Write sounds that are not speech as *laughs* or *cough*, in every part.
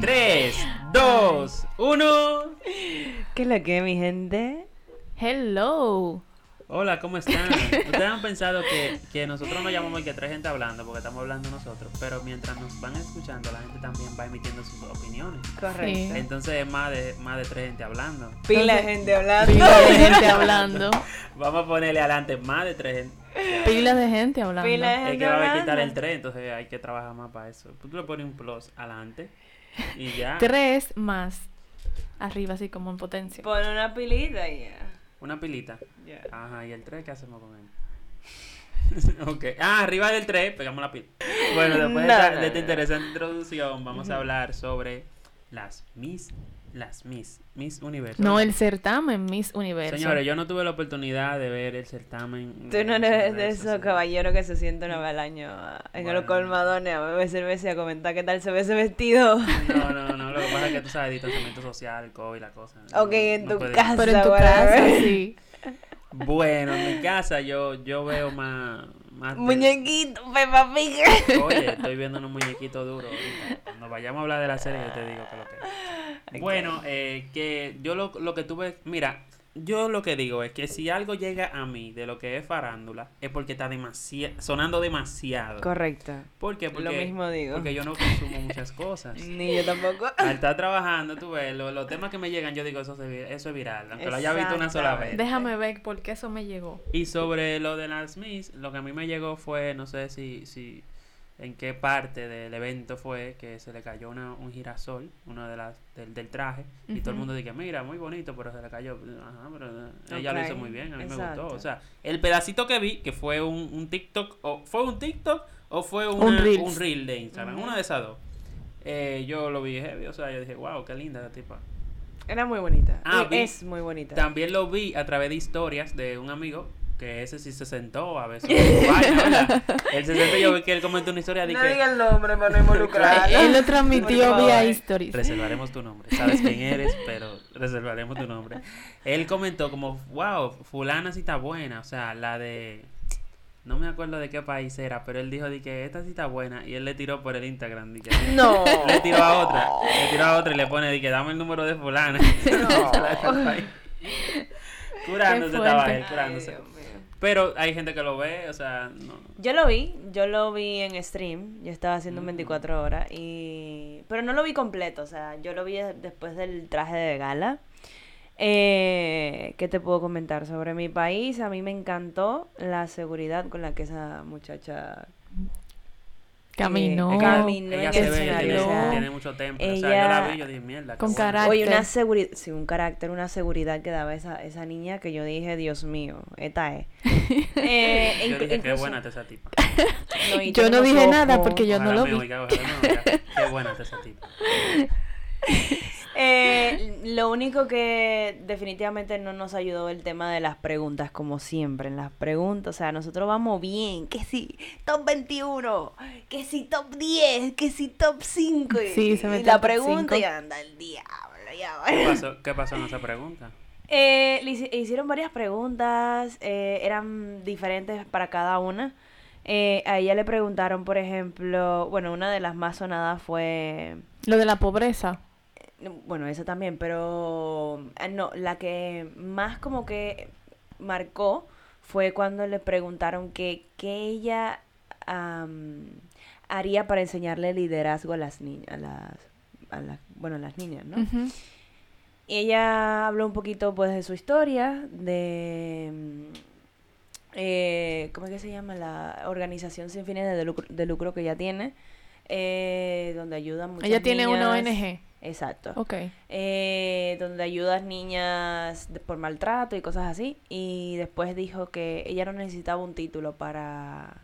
3, 2, 1. ¿Qué es lo que, mi gente? Hello. Hola, ¿cómo están? Ustedes han pensado que, que nosotros nos llamamos y que tres gente hablando porque estamos hablando nosotros, pero mientras nos van escuchando, la gente también va emitiendo sus opiniones. Correcto. Sí. Entonces es más de, más de tres gente hablando. Pila de gente hablando. Pilas de gente hablando. Vamos a ponerle adelante más de tres gente. Pilas de gente hablando. Pila de Es gente que va a hablando. quitar el tres, entonces hay que trabajar más para eso. Tú le pones un plus adelante y ya. Tres más. Arriba, así como en potencia. Pon una pilita y ya. Una pilita. Ya. Ajá, ¿y el 3 qué hacemos con él? *laughs* ok. Ah, arriba del 3 pegamos la pila. Bueno, después de, No, esta, no, de esta no. interesante introducción, vamos a hablar sobre las Miss, las Miss, Miss Universo. No, el certamen Miss Universo. Señores, yo no tuve la oportunidad de ver el certamen. Tú no Miss eres de Universo, esos sí. caballeros que se sienten una vez al año a- en Bueno. los colmadones a beber cerveza y a comentar qué tal se ve ese vestido. No, no, no. Lo que pasa es que tú sabes, distanciamiento social, el COVID, la cosa. no- Ok, en no tu puede- casa. Pero en tu Sabor a casa, ver. sí. Bueno, en mi casa yo, yo veo más. más de- Muñequito, pues, Peppa Pig. *laughs* Oye, estoy viendo unos muñequitos duros. ahorita. Cuando vayamos a hablar de la serie, yo te digo que lo que. es. Bueno, eh, que yo lo, lo que tuve. Mira, yo lo que digo es que si algo llega a mí de lo que es farándula, es porque está demasiado sonando demasiado. Correcto. ¿Por qué? Lo Porque, mismo digo. Porque yo no consumo muchas cosas. *laughs* Ni yo tampoco. Al estar trabajando, tú ves, lo- los temas que me llegan, yo digo, eso, se vi- eso es viral, aunque lo haya visto una sola vez. Exactamente. Déjame ver por qué eso me llegó. Y sobre lo de las Miss, lo que a mí me llegó fue, no sé si, si en qué parte del evento fue que se le cayó una, un girasol, una de las del, del traje, y todo el Ujú. mundo dije, mira, muy bonito, pero se le cayó. Ajá, pero eh, ella lo hizo Ok, muy bien, a mí me exacto. gustó. O sea, el pedacito que vi, que fue un, un TikTok, o fue un TikTok o fue Un una- Reels. un reel de Instagram, Ujú. una de esas dos. Eh, yo lo vi heavy, o sea, yo dije, wow, qué linda la tipa. Era muy bonita. Ah, Y vi. es muy bonita. También lo vi a través de historias de un amigo que ese sí se sentó a veces. Vaina, ¿verdad? Él se sentó y yo vi que él comentó una historia de No que diga el nombre para no involucrar. Él lo Por transmitió favor. vía stories. reservaremos tu nombre. Sabes quién eres, pero reservaremos tu nombre. Él comentó como, wow, fulana sí está buena. O sea, la de... No me acuerdo de qué país era, pero él dijo de que esta sí está buena y él le tiró por el Instagram. de que- *laughs* No. Le tiró a otra, le tiró a otra y le pone de que dame el número de fulana. *laughs* curándose fuerte. estaba él, Ay, curándose. Ay, Dios mío. Pero hay gente que lo ve, o sea, no. Yo lo vi, yo lo vi en stream, yo estaba haciendo un Mm. 24 horas y pero no lo vi completo, o sea, yo lo vi de- después del traje de gala. Eh, ¿Qué te puedo comentar sobre mi país? A mí me encantó la seguridad con la que esa muchacha Caminó. Eh, caminó ella en se el ve, que escenario. tiene, tiene mucho tiempo. O sea, yo Ella- la vi y yo dije, mierda. qué Con buena". carácter. Oye, una seguridad, sí, un carácter, una seguridad que daba esa, esa niña que yo dije, Dios mío, esta *laughs* es. Eh, Yo inc- dije, qué incluso- buena está esa *laughs* tipa. No, y Yo tiene no unos dije nada ojos. porque yo no Ojalá lo me vi. oiga, ojalá me oiga. Qué buena está esa tipa. Eh, lo único que definitivamente no nos ayudó el tema de las preguntas, como siempre, en las preguntas. O sea, nosotros vamos bien, que si top 21, que si top 10, que si top 5. y- Sí, se y metió la al top pregunta cinco. y anda el diablo, ya va. ¿Qué pasó, qué pasó en esa pregunta? Eh, le hici- hicieron varias preguntas, eh, eran diferentes para cada una. Eh, a ella le preguntaron, por ejemplo, bueno, una de las más sonadas fue Lo de la pobreza. bueno, esa también, pero ah, no, la que más como que marcó fue cuando le preguntaron que qué ella am, haría para enseñarle liderazgo a las niñas, a las, a las- bueno, a las niñas, ¿no? Ujú. Y ella habló un poquito pues de su historia, de mm, eh, ¿cómo es que se llama? La organización sin fines de lucro, de lucro que ella tiene, eh, donde ayuda a muchas Ella tiene una niñas. ONG. Exacto. Ok. Eh, donde ayudas niñas de- por maltrato y cosas así. Y después dijo que ella no necesitaba un título para,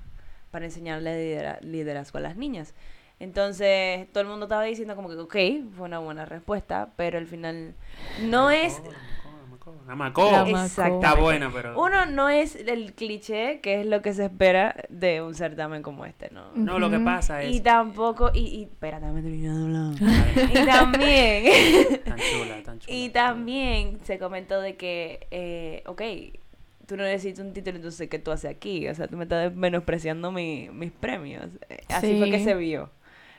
para enseñarle lidera- liderazgo a las niñas. Entonces, todo el mundo estaba diciendo como que, ok, fue una buena respuesta, pero al final no es... La Macó. La Macó. Exactamente. Está buena, pero. Uno no es el cliché que es lo que se espera de un certamen como este, ¿no? No, lo que Ujú. pasa es. Y tampoco... Y, y, espérate, me terminé *laughs* de hablar. Ay, Y también... Tan chula, tan chula. *laughs* Y también se comentó de que, eh, ok, tú no necesitas un título, entonces, ¿qué tú haces aquí? O sea, tú me estás menospreciando mi- mis premios. Eh, Así fue que Sí. se vio.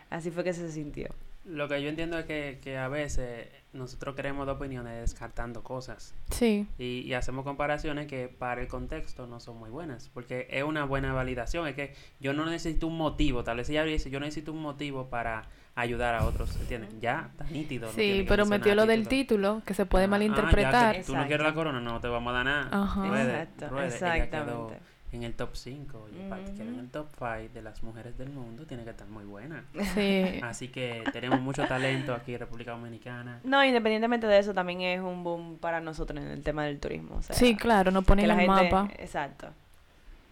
Así fue que se sintió. Lo que yo entiendo es que, que a veces nosotros creemos dos opiniones descartando cosas Sí. y, y hacemos comparaciones que para el contexto no son muy buenas, porque es una buena validación, es que yo no necesito un motivo, tal vez ella dice, yo necesito un motivo para ayudar a otros, ¿entiendes? Ya, está nítido. no tiene Sí, que pero mencionar metió lo del título. título, que se puede Ah, ah, ya que malinterpretar. tú no quieres la Exacto. corona, no te vamos a dar nada. Ajá. Ruede, Exacto, ruede, ella quedó exactamente. En el top 5, oye, para que quede en Ujú. el top 5 de las mujeres del mundo, tiene que estar muy buena. Sí. Así que tenemos mucho talento aquí en República Dominicana. No, independientemente de eso, también es un boom para nosotros en el tema del turismo. o sea, sí, claro, no que ponen la el gente- mapa. Exacto.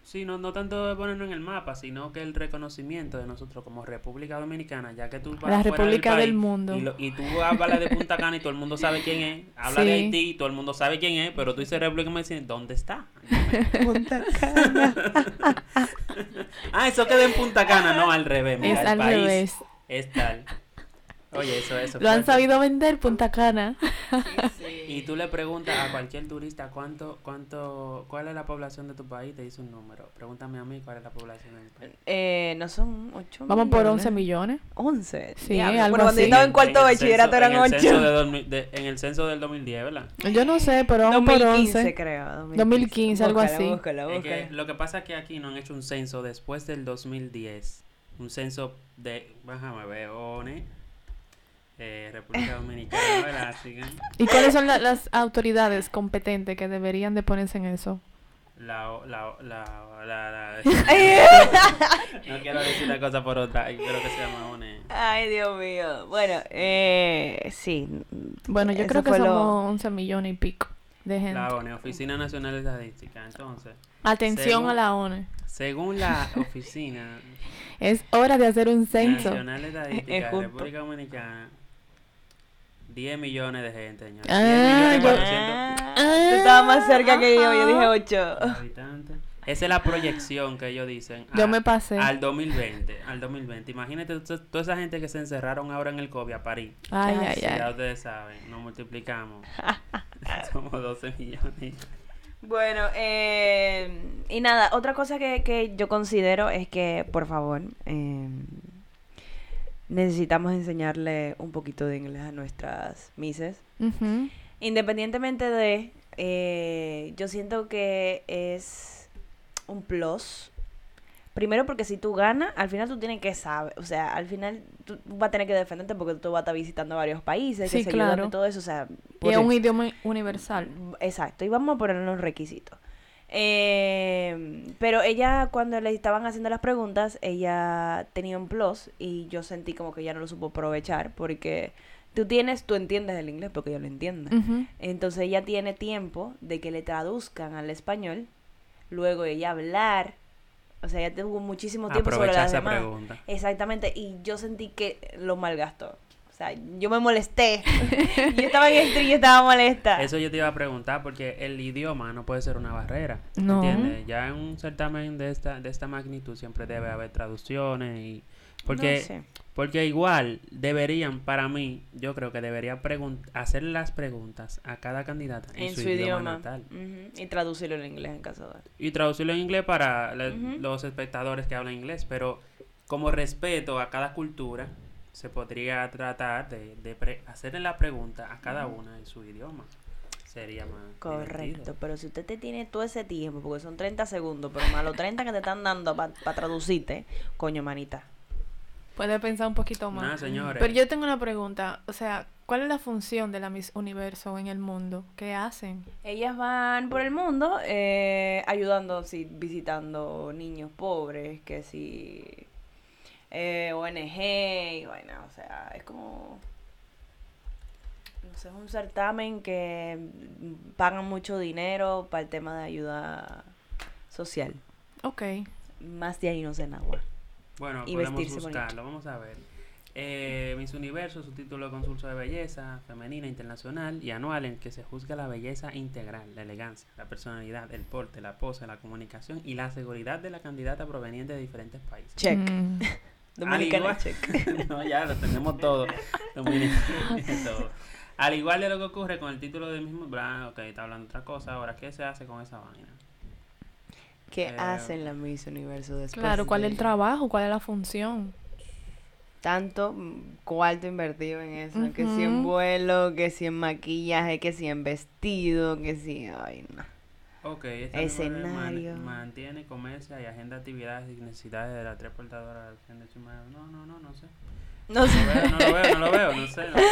Sí, no, no tanto de ponernos en el mapa, sino que el reconocimiento de nosotros como República Dominicana, ya que tú vas La fuera República del país Mundo. Y, lo- y tú hablas de Punta Cana y todo el mundo sabe quién es. Habla de Sí. Haití y todo el mundo sabe quién es, pero tú dices República Dominicana, ¿dónde *laughs* está? Ah, eso queda en Punta Cana, no, al revés. Es Mira, el al país revés. es tal. Oye, eso, eso. Lo han fuerte. sabido vender, Punta Cana. Ah, Y tú le preguntas a cualquier turista cuánto, cuánto, cuál es la población de tu país, te dice un número. Pregúntame a mí cuál es la población de mi país. *laughs* Eh, no son 8 Vamos por 11 millones. 11. Sí, Diablo, algo bueno, cuando yo así. estaba en cuarto el de bachillerato censo- eran en el censo 8. de dos mil- de- en el censo del 2010, ¿verdad? Yo no sé, pero vamos por 2015 11. creo. 2015, algo Búscala, así. búscala, Es que búscala. lo que pasa es que aquí no han hecho un censo después del 2010. Un censo de, bájame ver, ONE, eh, *laughs* República Dominicana, ¿verdad? Sigan. ¿Y cuáles son la- las autoridades competentes que deberían de ponerse en eso? La, O- la, O- la, O- la, la- *laughs* *laughs* no quiero decir una cosa por otra, y creo que se llama ONE. Ay, Dios mío. Bueno, eh, sí. Bueno, yo Eso creo que fue lo- somos 11 millones y pico de gente. E. La E. ONE, Oficina Nacional de Estadística. Entonces, Atención Según- a la ONU. según *laughs* la Oficina Es hora de hacer un censo. Nacional de Estadística Es de justo. República Dominicana, 10 millones de gente, señores. Ah, 10 millones yo- 400 Tú estabas más cerca que yo, yo dije 8. habitantes. Esa es la proyección que ellos dicen. Yo a- me pasé. Ah, Al 2020, al 2020. Imagínate to- toda esa gente que se encerraron ahora en el COVID a París. Ay, Ah, ay, Sí, ya ay. ustedes saben, nos *laughs* multiplicamos. *laughs* Somos 12 millones. *laughs* Bueno, eh, y nada, otra cosa que, que yo considero es que, por favor, eh, necesitamos enseñarle un poquito de inglés a nuestras mises. Ujú. Independientemente de, eh, yo siento que es un plus. Primero porque si tú ganas, al final tú tienes que saber, o sea, al final tú vas a tener que defenderte porque tú vas a estar visitando varios países, Sí, que se ayudan claro. y todo eso, o sea, Y por es el- un idioma universal. Exacto, y vamos a poner los requisitos. Eh, pero ella, cuando le estaban haciendo las preguntas, ella tenía un plus y yo sentí como que ella no lo supo aprovechar porque tú tienes, tú entiendes el inglés porque yo lo entiendo. Ujú. Entonces ella tiene tiempo de que le traduzcan al español, luego ella hablar. O sea, ella tuvo muchísimo tiempo sobre Aprovecha las esa demás. pregunta. Exactamente, y yo sentí que lo malgastó. O sea, yo me molesté. *laughs* yo estaba en stream y estaba molesta. Eso yo te iba a preguntar porque el idioma no puede ser una barrera. No. ¿Entiendes? Ya en un certamen de esta, de esta magnitud siempre debe haber traducciones y... Porque, No sé. porque igual deberían, para mí, yo creo que debería pregun- hacer las preguntas a cada candidata en, su, idioma, natal. Ujú, Y traducirlo en inglés en caso de. Y traducirlo en inglés para la- Ujú. los espectadores que hablan inglés, pero como respeto a cada cultura, se podría tratar de, de pre- hacerle la pregunta a cada una en su idioma. Sería más... divertido. Correcto, pero si usted te tiene todo ese tiempo, porque son 30 segundos, pero más los 30 que te están dando para traducirte, coño, manita. Puede pensar un poquito más. Nada, señores. Pero yo tengo una pregunta. O sea, ¿cuál es la función de la Miss Universo en el mundo? ¿Qué hacen? Ellas van por el mundo eh, ayudando, sí, visitando niños pobres, que si eh, ONG, y vaina, o sea, es como, no sé, es un certamen que mm, pagan mucho dinero para el tema de ayuda social. Ok. Más de ahí no sé nada. Bueno, y podemos vestirse bonito. buscarlo, vamos a ver. Eh, Miss Universo, su título de concurso de belleza femenina internacional y anual en que se juzga la belleza integral, la elegancia, la personalidad, el porte, la pose, la comunicación y la seguridad de la candidata proveniente de diferentes países. Check. Mm. Dominicana, Al check. igual- *laughs* no, ya lo tenemos todo. Dominicana, todo. Al igual de lo que ocurre con el título de mismo, ah, ok, está hablando otra cosa. Ahora, ¿qué se hace con esa vaina? ¿Qué Eh, hacen la Miss Universo después? Claro, ¿cuál es el de- trabajo? ¿Cuál es la función? tanto mm, cuarto invertido en eso, que si en Ujú. vuelo, que si en maquillaje, que si en vestido, que si, ay, no. Ok, esta mujer man- Escenario. mantiene, comercia y agenda actividades y necesidades de las tres portadoras de acción de su madre. No, no, no, no sé. No sé. No lo veo, no lo veo, no lo veo, no sé. no sé.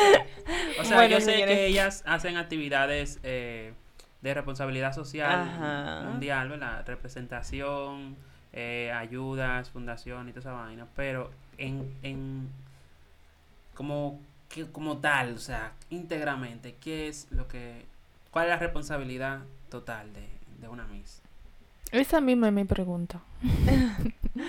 O sea, Bueno, yo sé señores. que ellas hacen actividades eh, de responsabilidad social Ajá. mundial, ¿verdad? Representación, eh, ayudas, fundación y toda esa vaina, pero en, en como, que, como tal, o sea, íntegramente, ¿qué es lo que, cuál es la responsabilidad total de, de una Miss? Esa misma es mi pregunta.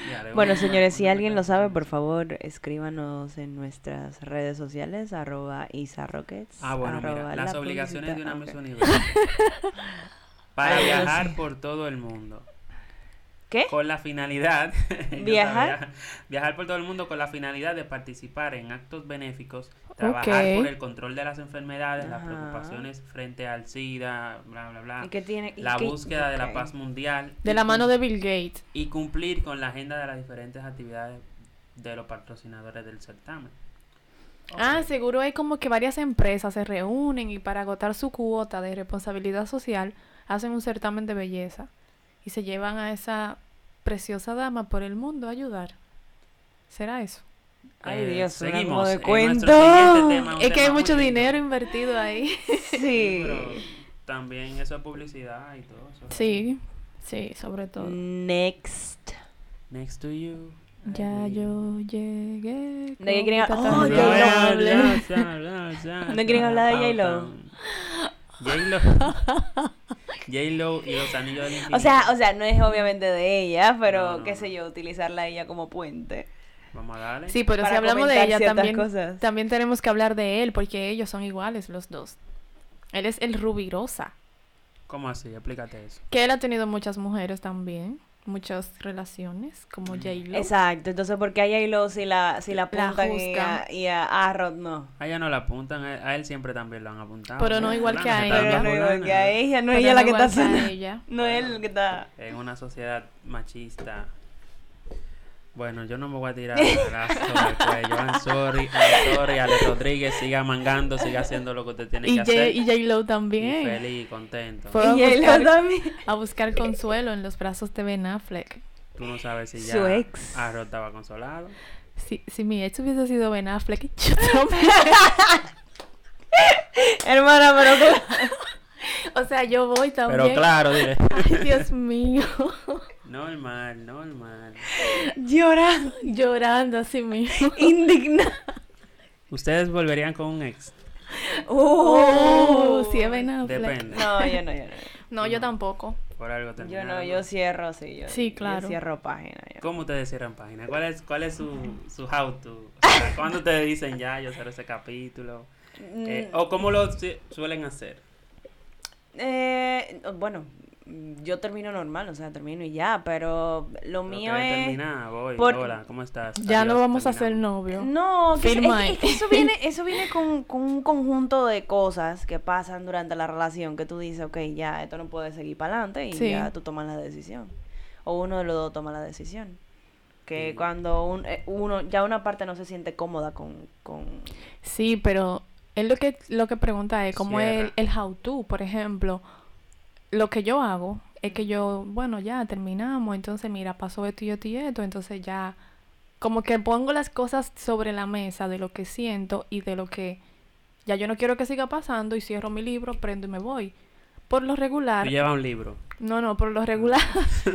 Ya, de *laughs* Bueno, una- señores, si una alguien lo sabe, mujer. por favor, escríbanos en nuestras redes sociales, arroba isarockets. Ah, bueno, mira, arroba las la obligaciones de una Miss publicita- ok. Universo. *laughs* Para Ay, Dios viajar mío. por todo el mundo. ¿Qué? Con la finalidad. *laughs* yo ¿Viajar? sabía, viajar por todo el mundo con la finalidad de participar en actos benéficos, trabajar Ok. por el control de las enfermedades, las Ajá. preocupaciones frente al SIDA, bla, bla, bla. ¿Y qué tiene? y La qué- búsqueda de la ok. *laughs* paz mundial. De y la mano cum- de Bill Gates. Y cumplir con la agenda de las diferentes actividades de los patrocinadores del certamen. Ah, Ok. seguro hay como que varias empresas se reúnen y para agotar su cuota de responsabilidad social hacen un certamen de belleza y se llevan a esa preciosa dama por el mundo a ayudar. ¿Será eso? Ay, Eh, Dios, suena seguimos. como de eh, nuestro cuento. siguiente este tema, un Es que hay tema muy mucho lindo. dinero invertido ahí. Sí. Pero también eso es publicidad y todo eso. Sí, sí, sobre todo. Mm. Next. Next to you. Ya Ay, yo llegué. ¿De qué con querían- mi Oh, No, tata- de ya, J-Lo. ya, ya, ya, ya. *laughs* ¿No quieren hablar de J-Lo? J-Lo. *laughs* J-Lo y los anillos del infinito. O sea, o sea, no es obviamente de ella, pero No, no, qué no. sé yo, utilizarla a ella como puente. Vamos a darle. Sí, pero si para hablamos de comentar ella ciertas también, cosas. también tenemos que hablar de él porque ellos son iguales los dos. Él es el rubirosa. ¿Cómo así? Explícate eso. Que él ha tenido muchas mujeres también, muchas relaciones, como Mm. J-Lo. Exacto, entonces porque a J-Lo si la, si la La apuntan y, a, juzgan. y a a Rod no. A ella no la apuntan, a a él siempre también lo han apuntado. Pero no igual que a fulana, él. se está Pero dando no fulana. porque a ella, no Pero es ella la que igual está a haciendo. ella. *laughs* No es él el que está. En una sociedad machista. Bueno, yo no me voy a *laughs* tirar el brazo del cuello. I'm sorry, I'm sorry. Ale Rodríguez, siga mangando, siga haciendo lo que usted tiene Y que J- hacer. y J-Lo Y también. feliz, contento. Fue- Pero y J-Lo buscar- también. A buscar consuelo en los brazos de Ben Affleck. Tú no sabes si ya Su ex. Arroz estaba consolado. Si, si mi ex hubiese sido Ben Affleck, *laughs* yo también. Hermana, pero tú- O sea, yo voy también. Pero claro, dile. *laughs* Ay, Dios mío. Normal, normal. llorando, Llorando así mismo. *laughs* indignada. ¿Ustedes volverían con un ex? Oh, si es Ben Affleck. Depende. Mm. No, yo no, yo no. No, yo tampoco. Por algo Yo terminaron. no, yo cierro, sí. Yo, Sí, yo claro. cierro página. yo. ¿Cómo ustedes cierran página? ¿Cuál es, cuál es su, su how to? ¿Cuándo ustedes dicen ya, yo cerré ese capítulo? Mm. Eh, Mm, oh. ¿O cómo lo si- suelen hacer? Eh, bueno, yo termino normal, o sea, termino y ya, pero lo Lo que mío he es... terminado, voy. por- Hola, ¿cómo estás? Ya Adiós, no vamos a ser terminamos. novio. No, que, es- Firma es- ahí. es que eso viene, eso viene con, con un conjunto de cosas que pasan durante la relación que tú dices, ok, ya esto no puede seguir para adelante y Sí. ya tú tomas la decisión. O uno de los dos toma la decisión. Que Sí. cuando un- eh, uno, ya una parte no se siente cómoda con... con... Sí, pero él lo que, lo que pregunta es como el, Cierra. el how to, por ejemplo. Lo que yo hago es que yo, bueno, ya terminamos, entonces mira, pasó esto y esto y esto, entonces ya como que pongo las cosas sobre la mesa de lo que siento y de lo que ya yo no quiero que siga pasando y cierro mi libro, prendo y me voy. Por lo regular, Tú llevas un libro. no, no, por lo regular, *laughs*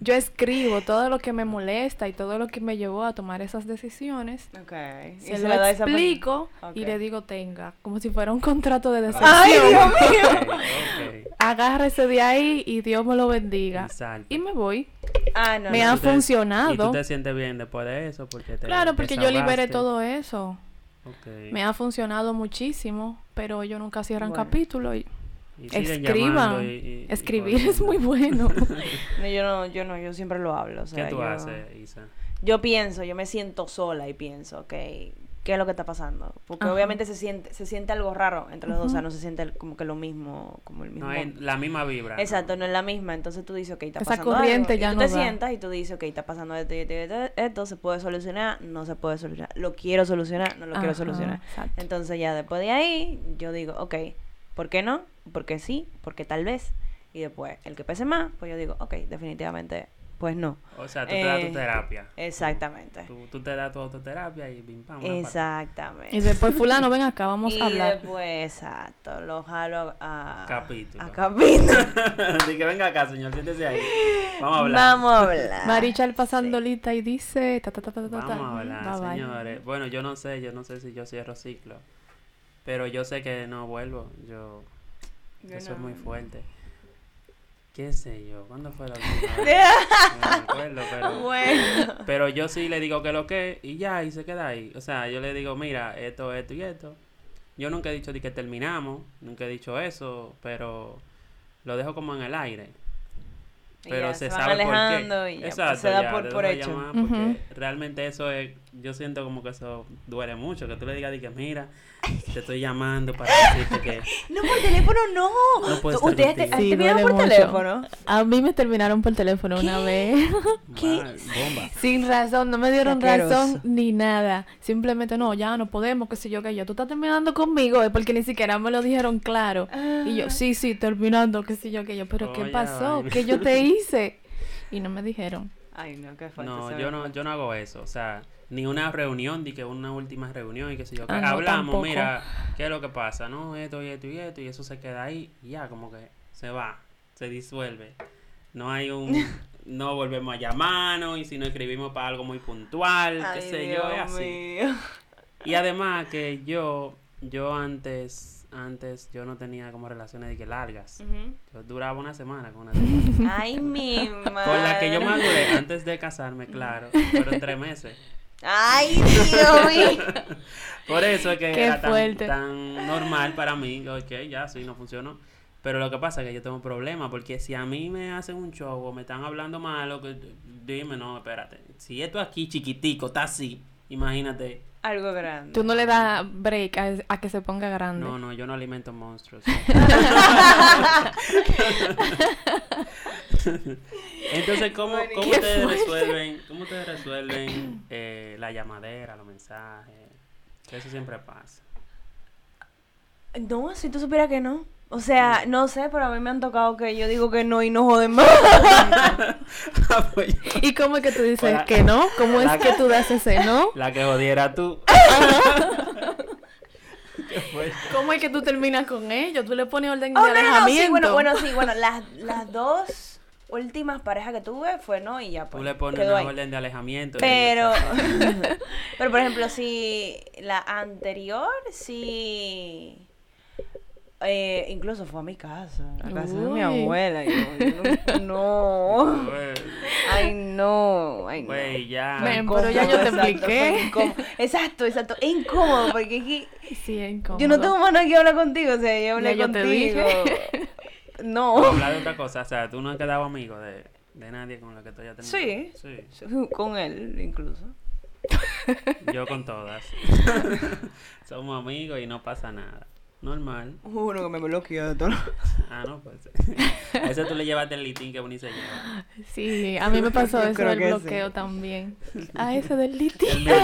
yo escribo todo lo que me molesta y todo lo que me llevó a tomar esas decisiones Ok. se lo explico y Ok. le digo tenga, como si fuera un contrato de decepción. Ay, Dios mío. *laughs* Ok, ok. Agárrese de ahí y Dios me lo bendiga. Y salta. Y me voy. Ah, no. Me no. ha tú te- Y tú funcionado. te sientes bien después de eso porque te Claro, porque yo liberé desahogaste. todo eso. Ok. Me ha funcionado muchísimo, pero ellos nunca cierran Bueno. capítulo y Y siguen llamando escriban. y- y- y Escribir es jodiendo. muy bueno. No, yo no, yo no, yo siempre lo hablo. *laughs* O ¿Qué sea, tú yo- haces, Isa? Yo pienso, yo me siento sola y pienso, ok, qué es lo que está pasando. Porque Ajá. obviamente se siente, se siente algo raro entre los dos, o sea, Ujú. no se siente el- como que lo mismo, como el mismo. No es la misma vibra. ¿no? Exacto, no es la misma, entonces tú dices, ok, está Esa pasando corriente algo. ya y tú no te da. sientas y tú dices, ok, está pasando esto, y esto, y esto, esto, se puede solucionar, no se puede solucionar, lo quiero solucionar, no lo quiero Ajá, solucionar. exacto. Entonces ya después de ahí, yo digo, ok, ¿por qué no? ¿Por qué sí? ¿Por qué tal vez? Y después, el que pese más, pues yo digo, ok, definitivamente, pues no. O sea, tú te das Eh, tu terapia. Exactamente. Tú, tú te das tu autoterapia y bim pam. una Exactamente. Y después fulano, ven acá, vamos Y a hablar. después, exacto, lo jalo a... Capítulo. A capítulo. patada. Así que venga acá, señor, siéntese ahí. *laughs* Vamos a hablar. Vamos a hablar. Marichal pasando lista y dice... Ta, ta, ta, ta, ta, ta. Vamos a hablar, Bye, bye. señores. Bueno, yo no sé, yo no sé si yo cierro ciclo. Pero yo sé que no vuelvo. Yo. eso es muy *laughs* fuerte. ¿Qué sé yo? ¿Cuándo fue la última *laughs* vez? No me acuerdo, pero. Bueno. Pero yo sí le digo que lo que y ya, y se queda ahí. O sea, yo le digo, mira, esto, esto y esto. Yo nunca he dicho de que terminamos, nunca he dicho eso, pero lo dejo como en el aire. *laughs* Y Pero ya, se, se van sabe por alejando qué. y ya, pues, Exacto, se da ya, por- le por dejo hecho. llamar Porque Ujú. realmente eso es, yo siento como que eso duele mucho, que tú le digas de que mira, te estoy llamando para decirte que No, por teléfono no. No puede estar Ustedes te, contigo. Sí, te vieron duele por mucho. teléfono. A mí me terminaron por teléfono una vez. ¿Qué? "Mal, bomba. Sin razón, no me dieron Qué asqueroso. razón ni nada. Simplemente, no, ya no podemos, qué sé yo, qué yo. Tú estás terminando conmigo, es porque ni siquiera me lo dijeron claro. Y yo, sí, sí, terminando, qué sé yo, qué yo. Pero, ¿qué Oye, pasó? vaina. ¿Qué yo te hice? Y no me dijeron. Ay, no, qué falta. No, yo no, yo no hago eso. O sea, ni una reunión, ni que una última reunión y qué sé yo. que Ah, no, hablamos, tampoco. mira, ¿qué es lo que pasa? No, esto y esto y esto. Y eso se queda ahí y ya, como que se va, se disuelve. No hay *laughs* un. No volvemos a llamarnos y si no escribimos para algo muy puntual, Ay, qué sé Dios yo, es así. mío. Y además que yo, yo antes, antes yo no tenía como relaciones de que largas. Yo duraba una semana *laughs* con una persona. Ay, mi madre. *laughs* Con la que yo maduré antes de casarme, claro, fueron tres meses. Ay, Dios mío. *laughs* Por eso es que Qué era tan, fuerte. tan normal para mí. Ok, ya, sí, no funcionó. Pero lo que pasa es que yo tengo un problema, porque si a mí me hacen un show o me están hablando malo, que, dime, no, espérate. Si esto aquí chiquitico está así, imagínate. Algo grande. Tú no le das break a, a que se ponga grande. No, no, yo no alimento *laughs* monstruos. Entonces, ¿cómo, cómo Qué ustedes fuerte. resuelven, cómo ustedes resuelven eh, la llamadera, los mensajes? Eso siempre *laughs* pasa. No, si tú supieras que no. O sea, Mm. no sé, pero a mí me han tocado que yo digo que no y no joden más. *laughs* Ah, ¿Y cómo es que tú dices Hola. que no? ¿Cómo es Hola. que tú das ese no? *laughs* La que jodiera *laughs* tú. Qué fuerte. ¿Cómo es que tú terminas con ellos? Tú le pones orden de Oh, no, no, no, alejamiento. sí, bueno, *laughs* bueno, sí, bueno, las, las dos últimas parejas que tuve fue no y ya pues. Tú le pones quedó una ahí. orden de alejamiento. y Pero, ella está- *laughs* pero por ejemplo, si la anterior, sí. eh, incluso fue a mi casa, a la casa de mi Uy. abuela. y yo, *laughs* no, Güey, ay no, ay no. Güey, *laughs* ya. Ven, Incómodo, pero ya yo te exacto, fue expliqué. incómodo. Exacto, exacto, es incómodo porque es que Sí, es incómodo. yo no tengo mano que hablar contigo, o sea, yo hablé Ya yo te contigo. *laughs* Vamos a No, hablar de otra cosa. O sea, tú no has quedado amigo de, de nadie con la que tú hayas tenido. Sí. Sí. con él incluso. Yo con todas. *laughs* Somos amigos y no pasa nada. Normal. Juro que me bloqueó de todo. Ah, no, *laughs* pues. A eso tú le llevaste el litín que bonito se lleva. Sí, a mí me pasó Yo eso creo del que sí. bloqueo también. A ese del litín. *laughs*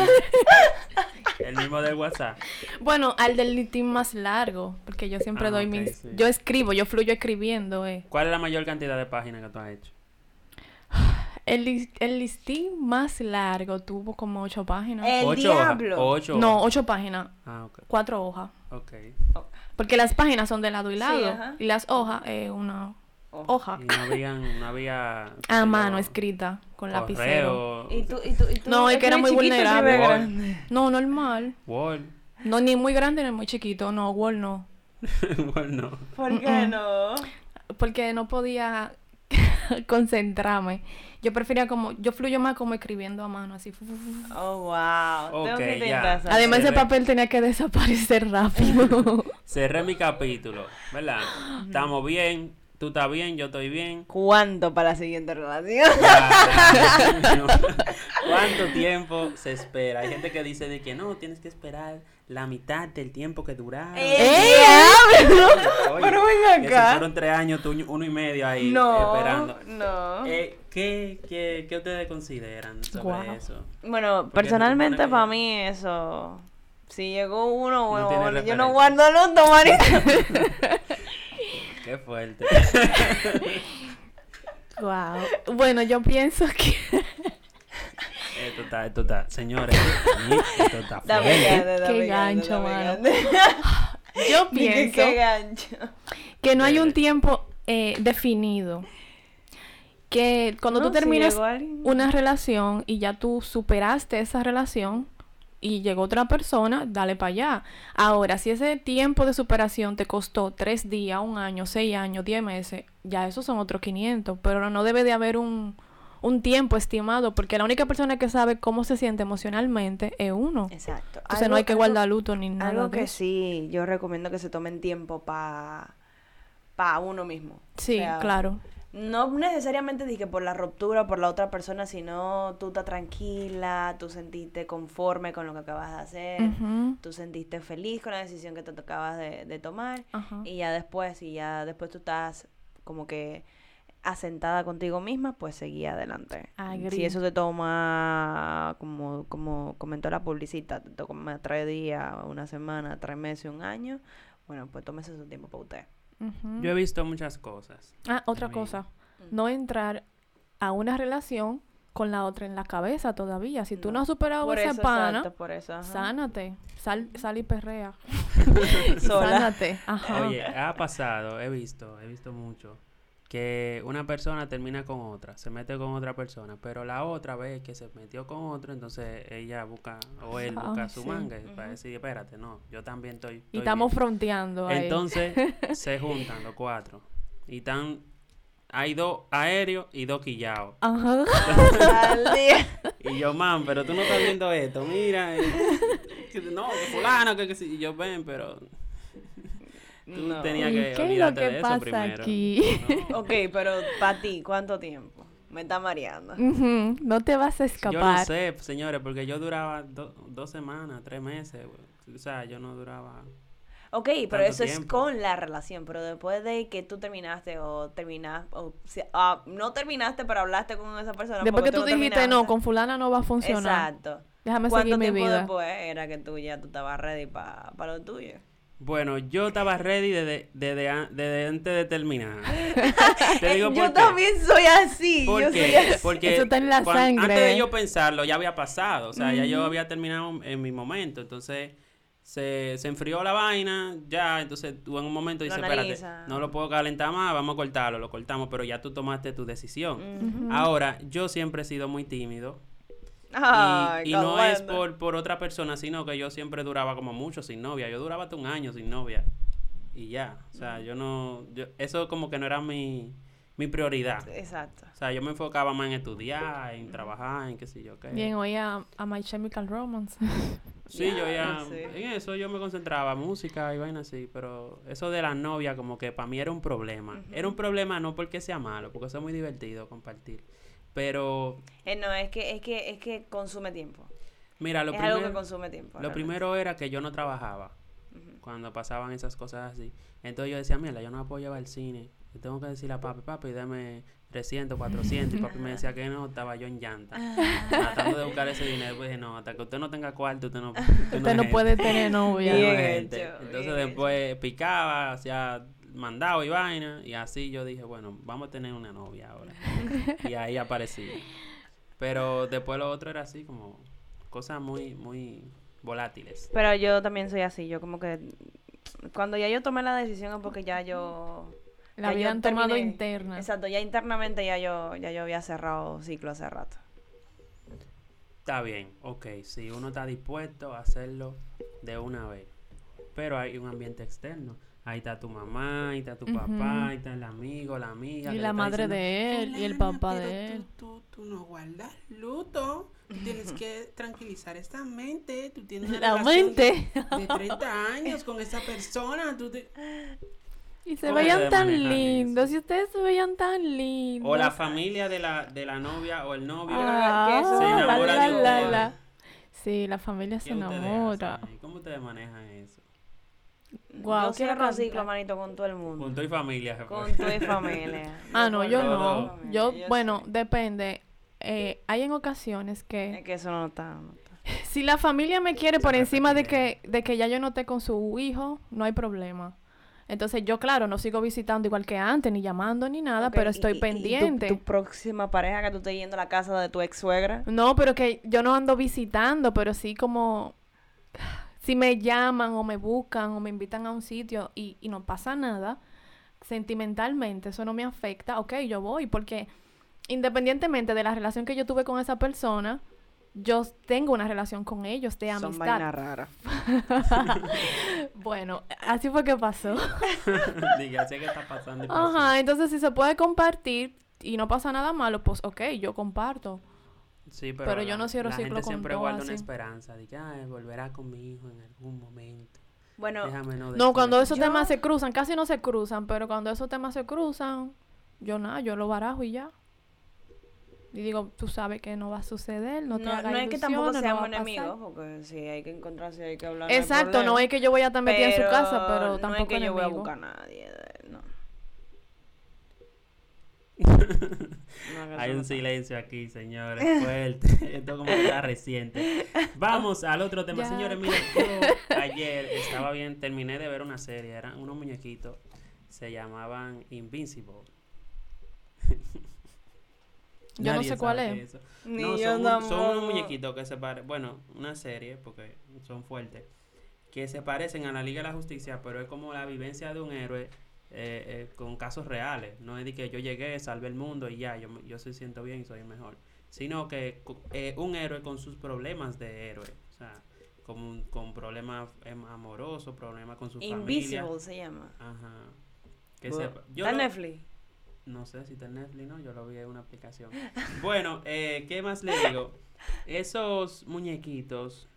El mismo, el mismo del WhatsApp. Bueno, al del litín más largo, porque yo siempre Ah, doy ok, mis... sí. Yo escribo, yo fluyo escribiendo, eh. ¿Cuál es la mayor cantidad de páginas que tú has hecho? El, lis- el listín más largo tuvo como ocho páginas. El hojas. diablo. Ocho. No, hojas. ocho páginas, Ah, ok. cuatro hojas. Ok. Porque las páginas son de lado y Sí, lado. ajá. y las hojas, eh, una Hoja. hoja Y no habían, no había. qué sé a Ah, mano yo, escrita con lapicero. correo, ¿Y tú, y tú, y tú, No, es tú que era eres muy chiquito, vulnerable. eres Word. grande. No, normal. Word. *laughs* No, ni muy grande ni muy chiquito. No, Word no. Word no. ¿Por qué Mm-mm. no? porque no podía *laughs* concentrarme. Yo prefería como, yo fluyo más como escribiendo a mano, así. fu- fu- fu- fu. Oh, wow. Tengo Ok, que ya. intentar. hacer Además sí, ese ve. papel tenía que *laughs* desaparecer rápido. Cerré mi capítulo, ¿verdad? Estamos bien. tú estás bien, yo estoy bien. *laughs* ¿Cuánto para la siguiente relación? Ya, ya, ¿Cuánto tiempo se espera? Hay gente que dice de que no, tienes que esperar la mitad del tiempo que duraba. ¡Ey, ábrelo! Eh, *laughs* Pero ven Que si acá. fueron tres años, tú uno y medio ahí esperando. No, no. Eh, ¿qué, qué, qué ustedes consideran sobre Guau. eso? Bueno, Porque se personalmente supone que- para mí eso. Si llegó uno, bueno, tiene yo no referencia. guardo luto, marica. *laughs* Qué fuerte. Wow. Bueno, yo pienso que. esto está, esto está. Señores, esto está *laughs* Dame fuerte. grande, dame grande, Qué gancho, dame mano. grande. *laughs* Yo *laughs* Dije, pienso Qué gancho. que no hay un Dele. tiempo eh, definido. Que cuando No, tú si terminas llegó alguien. una relación y ya tú superaste esa relación y llegó otra persona, dale para allá. Ahora, si ese tiempo de superación te costó tres días, un año, seis años, diez meses, ya esos son otros 500, pero no debe de haber un, un tiempo estimado porque la única persona que sabe cómo se siente emocionalmente es uno. Exacto. Entonces no hay que guardar luto ni nada. Algo de que eso. sí, yo recomiendo que se tomen tiempo para pa uno mismo. O Sí, sea, claro. No necesariamente dije por la ruptura, por la otra persona, sino tú estás tranquila, tú sentiste conforme con lo que acabas de hacer, Ujú. tú sentiste feliz con la decisión que te acabas de, de tomar Ajá. y ya después, y ya después tú estás como que asentada contigo misma, pues seguí adelante. Si Agree. eso te toma, como, como comentó la publicista, te toma tres días, una semana, tres meses, un año, bueno, pues tómese su tiempo para usted. Ujú. Yo he visto muchas cosas. Ah, otra Muy- cosa. Mm. No entrar a una relación con la otra en la cabeza todavía. Si tú no, pues, No. has superado Por esa eso, pana, exacto, por eso. ajá. sánate. Sal, sal y perrea. *laughs* Sola. Sánate. Ajá. Oye, ha pasado, he visto, he visto mucho que una persona termina con otra, se mete con otra persona, pero la otra vez que se metió con otro, entonces ella busca o él Ah, busca su sí. manga y para decir, espérate, no, yo también estoy. y estoy estamos bien". fronteando ahí. Entonces *laughs* se juntan los cuatro y están, hay dos aéreos y dos quillados. Ajá. *laughs* *laughs* Al día. Y yo, man, pero tú no estás viendo esto, mira. y- que- no, que fulano, que, que sí. Y yo, ven, pero tú No. tenías ¿Y que qué es lo olvidarte que de eso pasa primero. aquí? *laughs* No. Ok, pero para ti, ¿cuánto tiempo? Me está mareando. Ujú, No te vas a Yo no escapar. sé, señores, porque yo duraba do- dos semanas, tres meses. O sea, yo no duraba. Ok, pero Tanto eso es tiempo. con la relación, pero después de que tú terminaste o terminaste, o sea, ah, no terminaste, pero hablaste con esa persona. Después porque que tú no dijiste, no, terminaste". con fulana no va a funcionar. Exacto. Déjame ¿Cuánto seguir mi tiempo vida. después era que tú ya tú estabas ready para lo tuyo? Bueno, yo estaba ready desde, desde, an- desde antes de terminar. *laughs* Te digo por *laughs* yo qué. también soy así. ¿Por yo soy qué? así. Porque Eso está en la cuan- antes sangre. ¿eh? de yo pensarlo, ya había pasado. O sea, ya yo había terminado en mi momento. Entonces, se, se enfrió la vaina, ya. Entonces, tú en un momento Lo dices, espérate, analiza. no lo puedo calentar más, vamos a cortarlo, lo cortamos. Pero ya tú tomaste tu decisión. Mm. Ahora, yo siempre he sido muy tímido. Ay, Y, y no es Carlota. por, por otra persona, sino que yo siempre duraba como mucho sin novia. Yo duraba hasta un año sin novia. Y ya. O sea, yo no. yo- eso como que no era mi, mi prioridad. Exacto. O sea, yo me enfocaba más en estudiar, en trabajar, en qué sé yo qué. Bien, oí a, a My Chemical Romance. Sí, yo ya. Ya, sí. En eso yo me concentraba, música y vaina así. Pero eso de la novia, como que para mí era un problema. Era un problema no porque sea malo, porque eso es muy divertido compartir. Pero, Eh, no, es que, es que, es que consume tiempo. mira, lo es primero. algo que consume tiempo. Lo realmente. primero era que yo no trabajaba *laughs* cuando pasaban esas cosas así. Entonces yo decía, mierda, yo no me puedo llevar al cine. Yo tengo que decirle a papi, papi, dame 300, 400. Y papi me decía que no, estaba yo en llanta. Tratando de buscar ese dinero. Pues dije, no, hasta que usted no tenga cuarto, *laughs* usted no, usted Usted es no gente". puede tener novia. Usted no es Bien gente. hecho, Entonces bien después picaba, hacía mandado y vaina. Y así yo dije, bueno, vamos a tener una novia *laughs* ahora. y ahí aparecí. Pero después lo otro era así, como cosas muy, muy volátiles. Pero yo también soy así. Yo como que cuando ya yo tomé la decisión es porque ya yo La ya yo habían tomado terminé. interna. Exacto, ya internamente ya yo ya yo había cerrado ciclo hace rato. Está bien, ok, si uno está dispuesto a hacerlo de una vez. Pero hay un ambiente externo. Ahí está tu mamá, ahí está tu Ujú. papá, ahí está el amigo, la amiga. Y que le la está madre diciendo, de él y el Fulana, papá pero de él. Tú, tú, tú no guardas luto. Tú *laughs* tienes que tranquilizar esta mente. Tú tienes una La relación mente. *laughs* de 30 años con esa persona. Tú te- Y se ¿Cómo veían ustedes tan manejan lindos. eso? Y ustedes se veían tan lindos. O la familia de la, de la novia o el novio. Ah, que eso- se la, enamora la, de la, ustedes. la. Sí, la familia se ¿Qué ustedes hacen enamora. ahí? ¿Cómo ustedes manejan eso? Guau, yo quiero cierro el ciclo, cantar. manito, con todo el mundo. Junto y familia. pues. se Con fue. *laughs* tu *laughs* familia. Ah, no, con yo todo. no. no. Familia, Yo, yo bueno, sé. depende. Eh, hay en ocasiones Es que que eso no está. no está. si la familia me quiere por encima de depende. que, de que ya yo no esté con su hijo, no hay problema. Entonces yo, claro, no sigo visitando igual que antes, ni llamando, ni nada, Ok, pero y- estoy y- y tu- pendiente. tu, próxima pareja que tú estés yendo a la casa de tu ex suegra. No, pero que yo no ando visitando, pero sí como si me llaman o me buscan o me invitan a un sitio y, y no pasa nada, sentimentalmente eso no me afecta, ok, yo voy porque independientemente de la relación que yo tuve con esa persona, yo tengo una relación con ellos de Son amistad. vainas raras. *laughs* bueno, así fue que pasó. Diga, sé que está pasando. y pasó. Ajá, entonces si se puede compartir y no pasa nada malo, pues ok, yo comparto. Sí, pero, Pero yo la- no cierro la ciclo gente con siempre todo guarda una así. esperanza de que "Ay, volverá con mi hijo en algún momento. Bueno, Déjame no No, cuando descuidar". esos temas se cruzan, casi no se cruzan, pero cuando esos temas se cruzan, yo nada, yo lo barajo y ya. Y digo, tú sabes que no va a suceder, no, no te hagas no es que ilusiones, tampoco no seamos va a pasar. enemigos, porque si hay que encontrarse, hay que hablar. hay Exacto, no problema. es que yo voy a estar metida en su casa, pero tampoco no es que yo voy a enemigo. buscar a nadie. de- No. *laughs* No, que Hay eso un no está. silencio aquí, *laughs* señores, fuerte. Esto como que está reciente. Vamos al otro tema. Ah, Ya. Señores, miren, yo ayer estaba bien, terminé de ver una serie, eran unos muñequitos, se llamaban Invincible. Yo no Nadie sé cuál sabe es. qué eso. Ni no, yo son, un- son tampoco. unos muñequitos que se parecen, bueno, una serie, porque son fuertes, que se parecen a la Liga de la Justicia, pero es como la vivencia de un héroe eh, eh, con casos reales. No es de que yo llegué, salvé el mundo y ya, yo, me- yo soy siento bien y soy el mejor. Sino que co- eh, un héroe con sus problemas de héroe. O sea, como un- con problemas em, amorosos, problemas con su familia. Invisible se llama. Ajá. Que Bu- sepa- yo está en lo- Netflix. no sé si está en Netflix, ¿no? Yo lo vi en una aplicación. Bueno, eh, ¿qué más le digo? Esos muñequitos,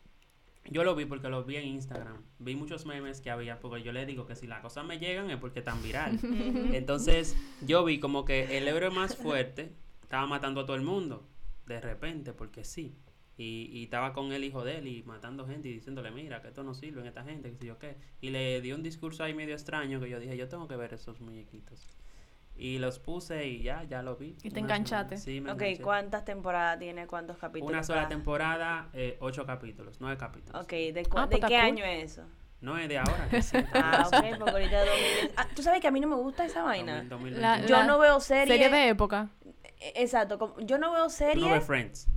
yo lo vi porque los vi en Instagram. Vi muchos memes que había, porque yo le digo que si las cosas me llegan es porque están viral. *laughs* Entonces, yo vi como que el héroe más fuerte estaba matando a todo el mundo, de repente, porque sí. Y, y estaba con el hijo de él y matando gente y diciéndole, mira, que esto no sirve en esta gente, que sé yo qué. Y le dio un discurso ahí medio extraño que yo dije, yo tengo que ver esos muñequitos. Y los puse y ya, ya lo vi. Y Una te enganchaste. semana. Sí, me Ok, enganché. ¿cuántas temporadas tiene? ¿Cuántos capítulos? Una sola cada? temporada, eh, ocho capítulos, nueve capítulos. Ok, ¿de, cua- ¿de Ah, pues está qué cool. año es eso? No es de ahora que sí. Ah, *laughs* ok, porque ahorita es 2010. Ah, tú sabes que a mí no me gusta esa vaina. 2000, La- 2021. Yo no veo series. Serie de época. Eh, Exacto, como- yo no veo Tú no ves series. Friends.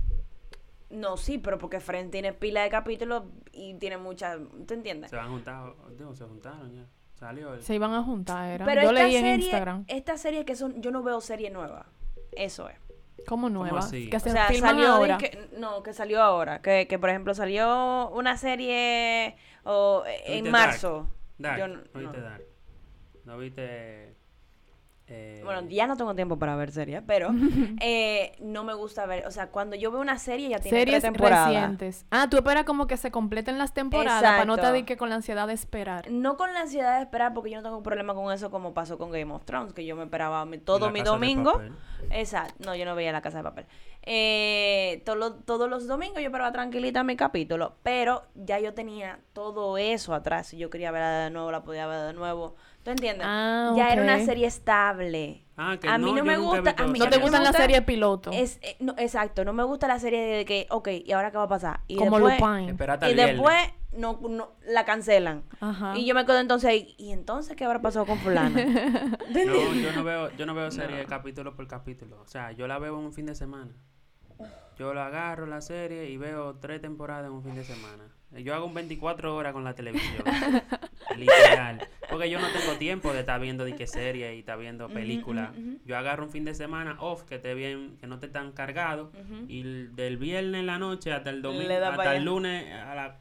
No, sí, pero porque Friends tiene pila de capítulos y tiene muchas, ¿te entiendes? Se van juntados, digo, se juntaron ya. Salió el... Se iban a juntar, era. pero yo esta leí serie, en Instagram. esta serie que son, yo no veo serie nueva. Eso es. ¿Cómo nueva? así? Que O se o sea, filman salió ahora. que- no, que salió ahora, que, que, por ejemplo salió una serie o, eh, ¿Viste en marzo. Dark? Yo no, no- viste no. Dark? ¿No viste...? eh, Bueno, ya no tengo tiempo para ver series, *laughs* pero eh, no me gusta ver, o sea, cuando yo veo una serie ya tiene Series tres temporadas. recientes. Ah, tú esperas como que se completen las temporadas para no te Exacto. dediques con la ansiedad de esperar. No con la ansiedad de esperar, porque yo no tengo problema con eso como pasó con Game of Thrones, que yo me esperaba mi- todo La mi Casa de domingo. Papel. Exacto, no, yo no veía la casa de papel. Eh, todo lo- todos los domingos yo esperaba tranquilita mi capítulo, pero ya yo tenía todo eso atrás. Si yo quería verla de nuevo, la podía ver de nuevo. ¿Tú entiendes? Ah, ya era una ok. serie estable. Ah, que a mí no, no, yo nunca me he gusta. visto A mí No series. te me gustan las gusta- series piloto. Es, eh, no, exacto, no me gusta la serie de que, ok, ¿y ahora qué va a pasar? Y como después, Lupin. Espérate al Y viernes. después no, no- la cancelan. Ajá. Y yo me quedo entonces ahí, ¿y entonces qué habrá pasado con *laughs* fulana? *laughs* No, yo no veo, yo no veo serie capítulo por capítulo. O sea, yo la veo en un fin de semana. Yo la agarro la serie y veo tres temporadas en un fin de semana. Yo hago un 24 horas con la *laughs* televisión. literal. Porque yo no tengo tiempo de estar viendo de qué serie y estar viendo película. Yo agarro un fin de semana off que esté bien, que no esté tan cargado. Y el- del viernes en la noche hasta el domingo, Le da hasta pa' el allá. lunes a las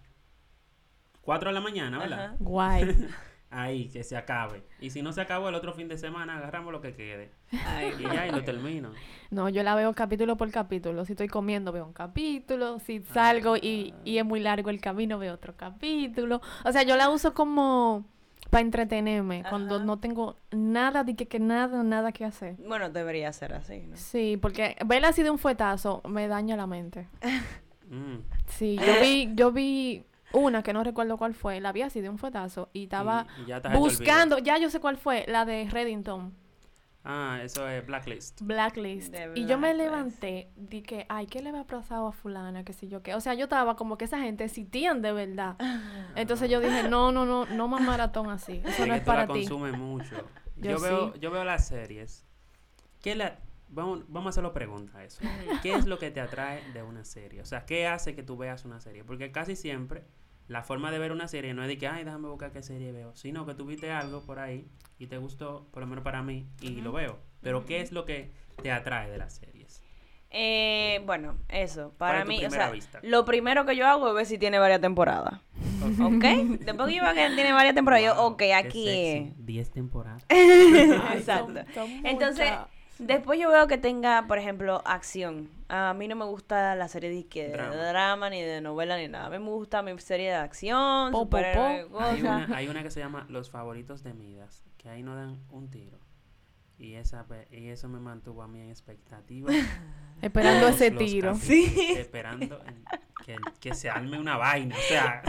4 de la mañana, ¿verdad? Ajá. *laughs* Guay. Ahí, que se acabe. Y si no se acabó el otro fin de semana, agarramos lo que quede. Ay, Y ya, y lo termino. No, yo la veo capítulo por capítulo. Si estoy comiendo, veo un capítulo. Si Ah. salgo y, y es muy largo el camino, veo otro capítulo. O sea, yo la uso como para entretenerme cuando no tengo nada de que, que nada, nada que hacer. Bueno, debería ser así, ¿no? Sí, porque verla así de un fuetazo me daña la mente. Mm. Sí, yo *laughs* vi, yo vi una que no recuerdo cuál fue, la vi así de un fuetazo y estaba Y- y ya te has hecho el buscando, ya yo sé cuál fue, la de Reddington, Ah, eso es Blacklist. Blacklist. De Y yo me Blacklist. levanté, di que, ay, ¿qué le había pasado a fulana? Que sé yo qué. O sea, yo estaba como que esa gente existían de verdad. Entonces yo dije, no, no, no, no más maratón *laughs* así. Sí, Eso no que es tú para la ti. consumes mucho. Yo, Yo veo, sí. yo veo las series. ¿Qué la... Vamos, vamos a hacerlo pregunta a eso. ¿Qué es lo que te atrae de una serie? O sea, ¿qué hace que tú veas una serie? Porque casi siempre la forma de ver una serie no es de que, ay, déjame buscar qué serie veo, sino que tú viste algo por ahí y te gustó, por lo menos para mí, y lo veo. Pero ¿qué es lo que te atrae de las series? Eh, bueno, eso. Para es tu mí, o primera sea, vista? lo primero que yo hago es ver si tiene varias temporadas. *laughs* ¿Ok? Después que yo veo que tiene varias temporadas, yo, Wow, ok, qué aquí sexy. *laughs* es. 10 temporadas. Exacto. son Entonces, muchas. después yo veo que tenga, por ejemplo, acción. A mí no me gusta la serie de, que de Drama. drama. ni de novela, ni nada. A mí me gusta mi serie de acción, Po, po, po. superhéroe, Hay cosas. una, hay una que se llama Los favoritos de Midas, que ahí no dan un tiro. Y esa pe- y eso me mantuvo a mí en *laughs* expectativa. Esperando todos ese los tiro. capítulos, Esperando en- que, que se arme una vaina. O sea,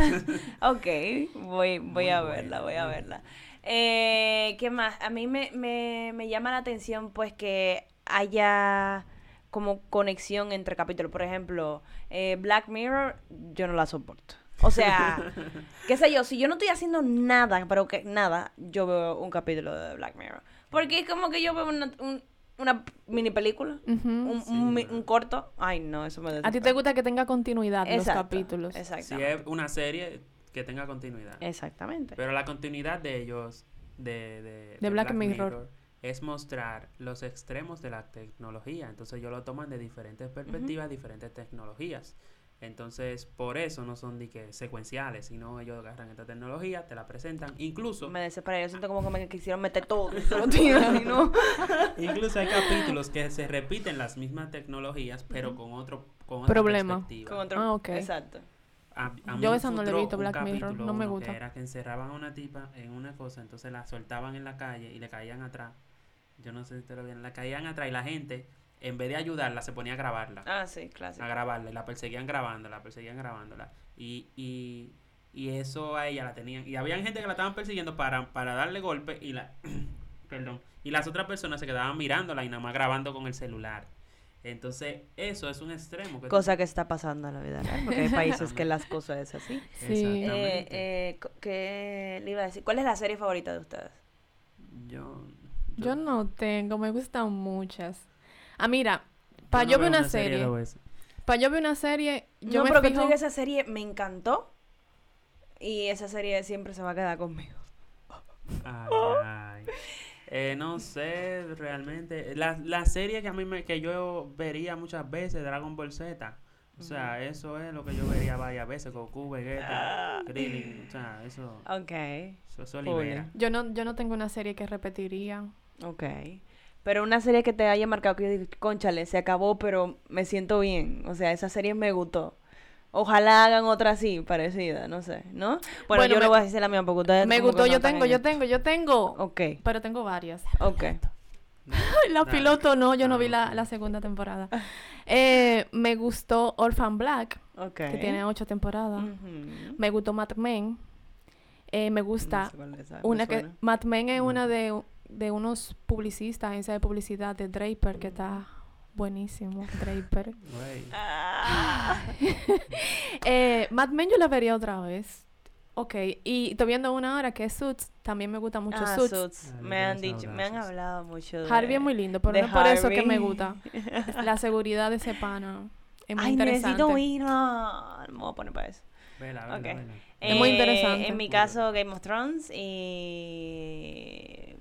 Ok, voy, voy Muy a buena, verla, voy a muy verla. Eh, ¿Qué más? A mí me, me, me llama la atención pues que haya como conexión entre capítulos. Por ejemplo, eh, Black Mirror, yo no la soporto. O *laughs* sea, qué sé yo, si yo no estoy haciendo nada, pero que nada, yo veo un capítulo de Black Mirror. Porque es como que yo veo una, un- una mini película, Ujú. un, Mm, Sí, un mi- claro. un corto. Ay, no, eso me A ti te gusta que tenga continuidad los capítulos. *laughs* si Exacto. es una serie que tenga continuidad. Exactamente. eh. Pero la continuidad de ellos, de, de, De Black Mirror. es mostrar los extremos de la tecnología. Entonces ellos lo toman de diferentes perspectivas, diferentes tecnologías. Entonces, por eso no son de que secuenciales, sino ellos agarran esta tecnología, te la presentan. Incluso, Me desesperé, yo siento como que me quisieron meter todo. en un solo tiro, así, ¿no? *laughs* incluso hay capítulos que se repiten las mismas tecnologías, pero con otro con Problema. perspectiva. Con otro- Ah, ok. Exacto. A- a mí Yo me esa no la he frustró visto, un Black Mirror, capítulo, no me uno, gusta. Que era que encerraban a una tipa en una cosa, entonces la soltaban en la calle y le caían atrás. Yo no sé si te lo vieron, la caían atrás y la gente, en vez de ayudarla, se ponía a grabarla. Ah, sí, clásico. A grabarla y la perseguían grabándola, la perseguían grabándola. Y, y, y eso a ella la tenían. Y había gente que la estaban persiguiendo para, para darle golpe y la. *clears throat* perdón. Y las otras personas se quedaban mirándola y nada más grabando con el celular. Entonces, eso es un extremo. que tú- Cosa que está pasando en la vida real, porque *laughs* hay países que las cosas es así. Sí. Eh, Exactamente. eh, co- ¿Qué le iba a decir? ¿Cuál es la serie favorita de ustedes? Yo, Yo no tengo, me gustan muchas. Ah, mira, para yo, ver veo una serie, dos veces. para yo ver una serie, yo no, me pero que tú fijo... digas esa serie me encantó y esa serie siempre se va a quedar conmigo. Ay, ay. Eh, no sé, realmente. La, la serie que a mí me, que yo vería muchas veces, Dragon Ball Z. O sea, eso es lo que yo vería varias veces, Goku, Ah. Vegeta, Krillin, o sea, eso, Ok, eso, eso libera. Yo no, yo no tengo una serie que repetiría. ok. Pero una serie que te haya marcado que yo digo, conchale, se acabó, pero me siento bien. O sea, esa serie me gustó. Ojalá hagan otra así, parecida, no sé, ¿no? Bueno, Bueno, yo me- no voy a decir la mía porque ustedes... como me que gustó, son yo tan tengo, en yo esto. tengo, yo tengo. Ok, Pero tengo varias. ok. No, *laughs* la no. piloto no, yo no vi Ah, la, ok. la segunda temporada. Eh, me gustó Orphan Black, Ok. que tiene ocho temporadas. Ujú. Me gustó Mad Men. Eh, me gusta No sé cuál es esa, me una que... suena. Mad Men es una de, de unos publicistas, agencia de publicidad de Draper, que está buenísimo, *laughs* Draper. Güey. Ah. Eh, Mad Men yo la vería otra vez. Ok, y estoy viendo una ahora que es Suits, también me gusta mucho Ah, Suits. Suits. Ah, Me han Little dicho, me han Houses. hablado mucho de... Harvey es muy lindo, pero de no es por eso que me Harvey. *laughs* gusta. La seguridad de ese pana es muy Ay, interesante. necesito irla. Me voy a poner para eso. Vela, vela, Ok. vela. Es muy Eh, interesante. En mi caso, Game of Thrones y...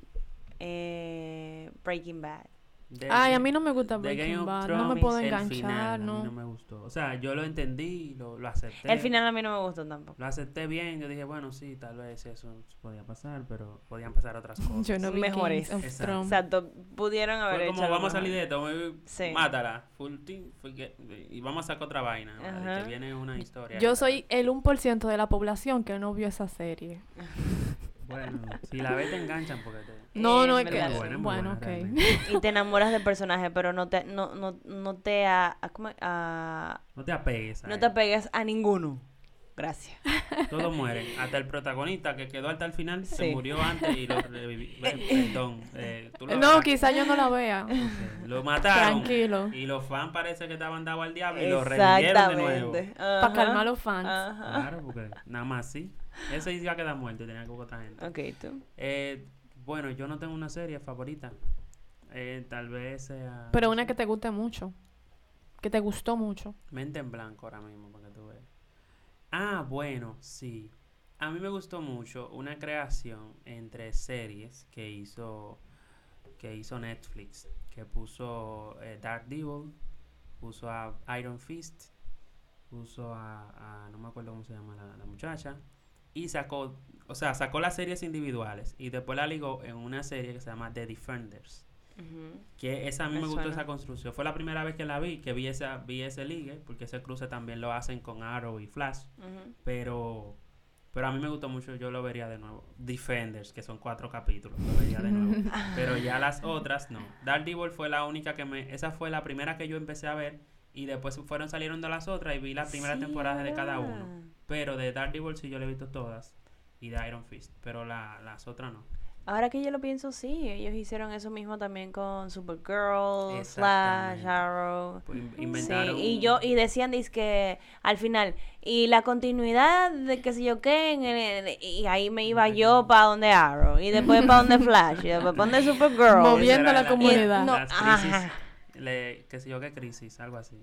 eh, Breaking Bad. De- Ay, a mí no me gusta de Game Breaking of Bad, no Thrones, me puedo el enganchar, final a mí no. no me gustó. O sea, yo lo entendí, lo, lo acepté. El final a mí no me gustó tampoco. Lo acepté bien, yo dije, bueno, sí, tal vez eso podía pasar, pero podían pasar otras cosas. *laughs* Yo no vi Mejores. Kings of Exacto. Thrones. Exacto, pudieron haber Fue hecho como algo vamos a mejor. salir de esto, baby, Sí. mátala, full team, full get- y vamos a sacar otra vaina, ¿no? De Ajá. que viene una historia. Yo que tal. Eh, soy el 1% de la población que no vio esa serie. Bueno, si la ves te enganchan porque *laughs* te... No, Eh, no, en es que. verdad, sí. Bueno, Buena, ok. realmente. Y te enamoras del personaje, pero no te, no, no, no te a, a- ¿cómo es? a- No te apegues. a no él. te apegues a ninguno. Gracias. Todos mueren. Hasta el protagonista que quedó hasta el final se Sí. murió antes y lo *laughs* revivió. Perdón. eh, tú lo No, verás. quizá yo no la vea. Eh, Lo mataron. Tranquilo. Y los fans parece que estaban dados al diablo Ah, y lo revivieron de nuevo. Para Para calmar los fans. Ah. Claro, porque nada más sí. Ese iba a quedar muerto y tenía que buscar otra gente. Ok, tú. Eh, bueno, yo no tengo una serie favorita. Eh, tal vez sea. Pero una que te guste mucho. Que te gustó mucho. Mente en blanco ahora mismo, porque tú ves. Ah, bueno, sí. A mí me gustó mucho una creación entre series que hizo que hizo Netflix, que puso eh, Dark Devil, puso a Iron Fist, puso a, a- no me acuerdo cómo se llama la, la muchacha, y sacó, o sea, sacó las series individuales y después la ligó en una serie que se llama The Defenders. Que esa a mí Me me gustó suena. esa construcción. Fue la primera vez que la vi, que vi esa, vi ese ligue, porque ese cruce también lo hacen con Arrow y Flash. Pero, pero a mí me gustó mucho, yo lo vería de nuevo. Defenders, que son cuatro capítulos, lo vería de *laughs* nuevo. pero ya las otras no. Daredevil fue la única que me, esa fue la primera que yo empecé a ver y después fueron salieron de las otras y vi la primera temporada de cada uno. Pero de Daredevil sí yo le he visto todas y de Iron Fist, pero la- las otras no. Ahora que yo lo pienso, sí. Ellos hicieron eso mismo también con Supergirl, Flash, Exactamente. Arrow. Pues in- Sí, inventaron y yo, y decían que al final, y la continuidad de que sé yo qué, en el- y ahí me iba yo para donde Arrow, y después para donde Flash, y después para donde Supergirl. Esa Moviendo era la comunidad. y- No, las crisis, ajá. le- qué sé yo qué crisis, algo así.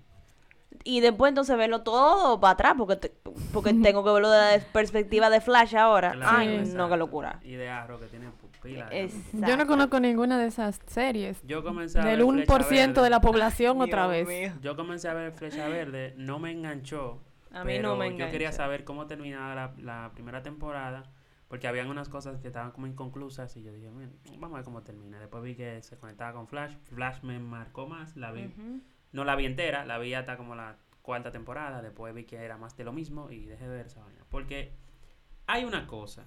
Y después entonces verlo todo para atrás, porque, te- porque tengo que verlo de la des- perspectiva de Flash ahora. Claro, Ay, no, exacto. qué locura. Y de Arrow que tiene pupila. ¿no? Exacto. Yo no conozco ninguna de esas series. Yo comencé a Del ver Flecha 1% de la Verde. población Dios otra vez. mío. Yo comencé a ver Flecha Verde, no me enganchó. A mí pero no me Yo quería enganchó. saber cómo terminaba la, la primera temporada, porque habían unas cosas que estaban como inconclusas y yo dije, "Mira, vamos a ver cómo termina. Después vi que se conectaba con Flash, Flash me marcó más, la vi, Ujú. no la vi entera, la vi hasta como la cuarta temporada, después vi que era más de lo mismo y dejé de ver esa vaina. Porque hay una cosa,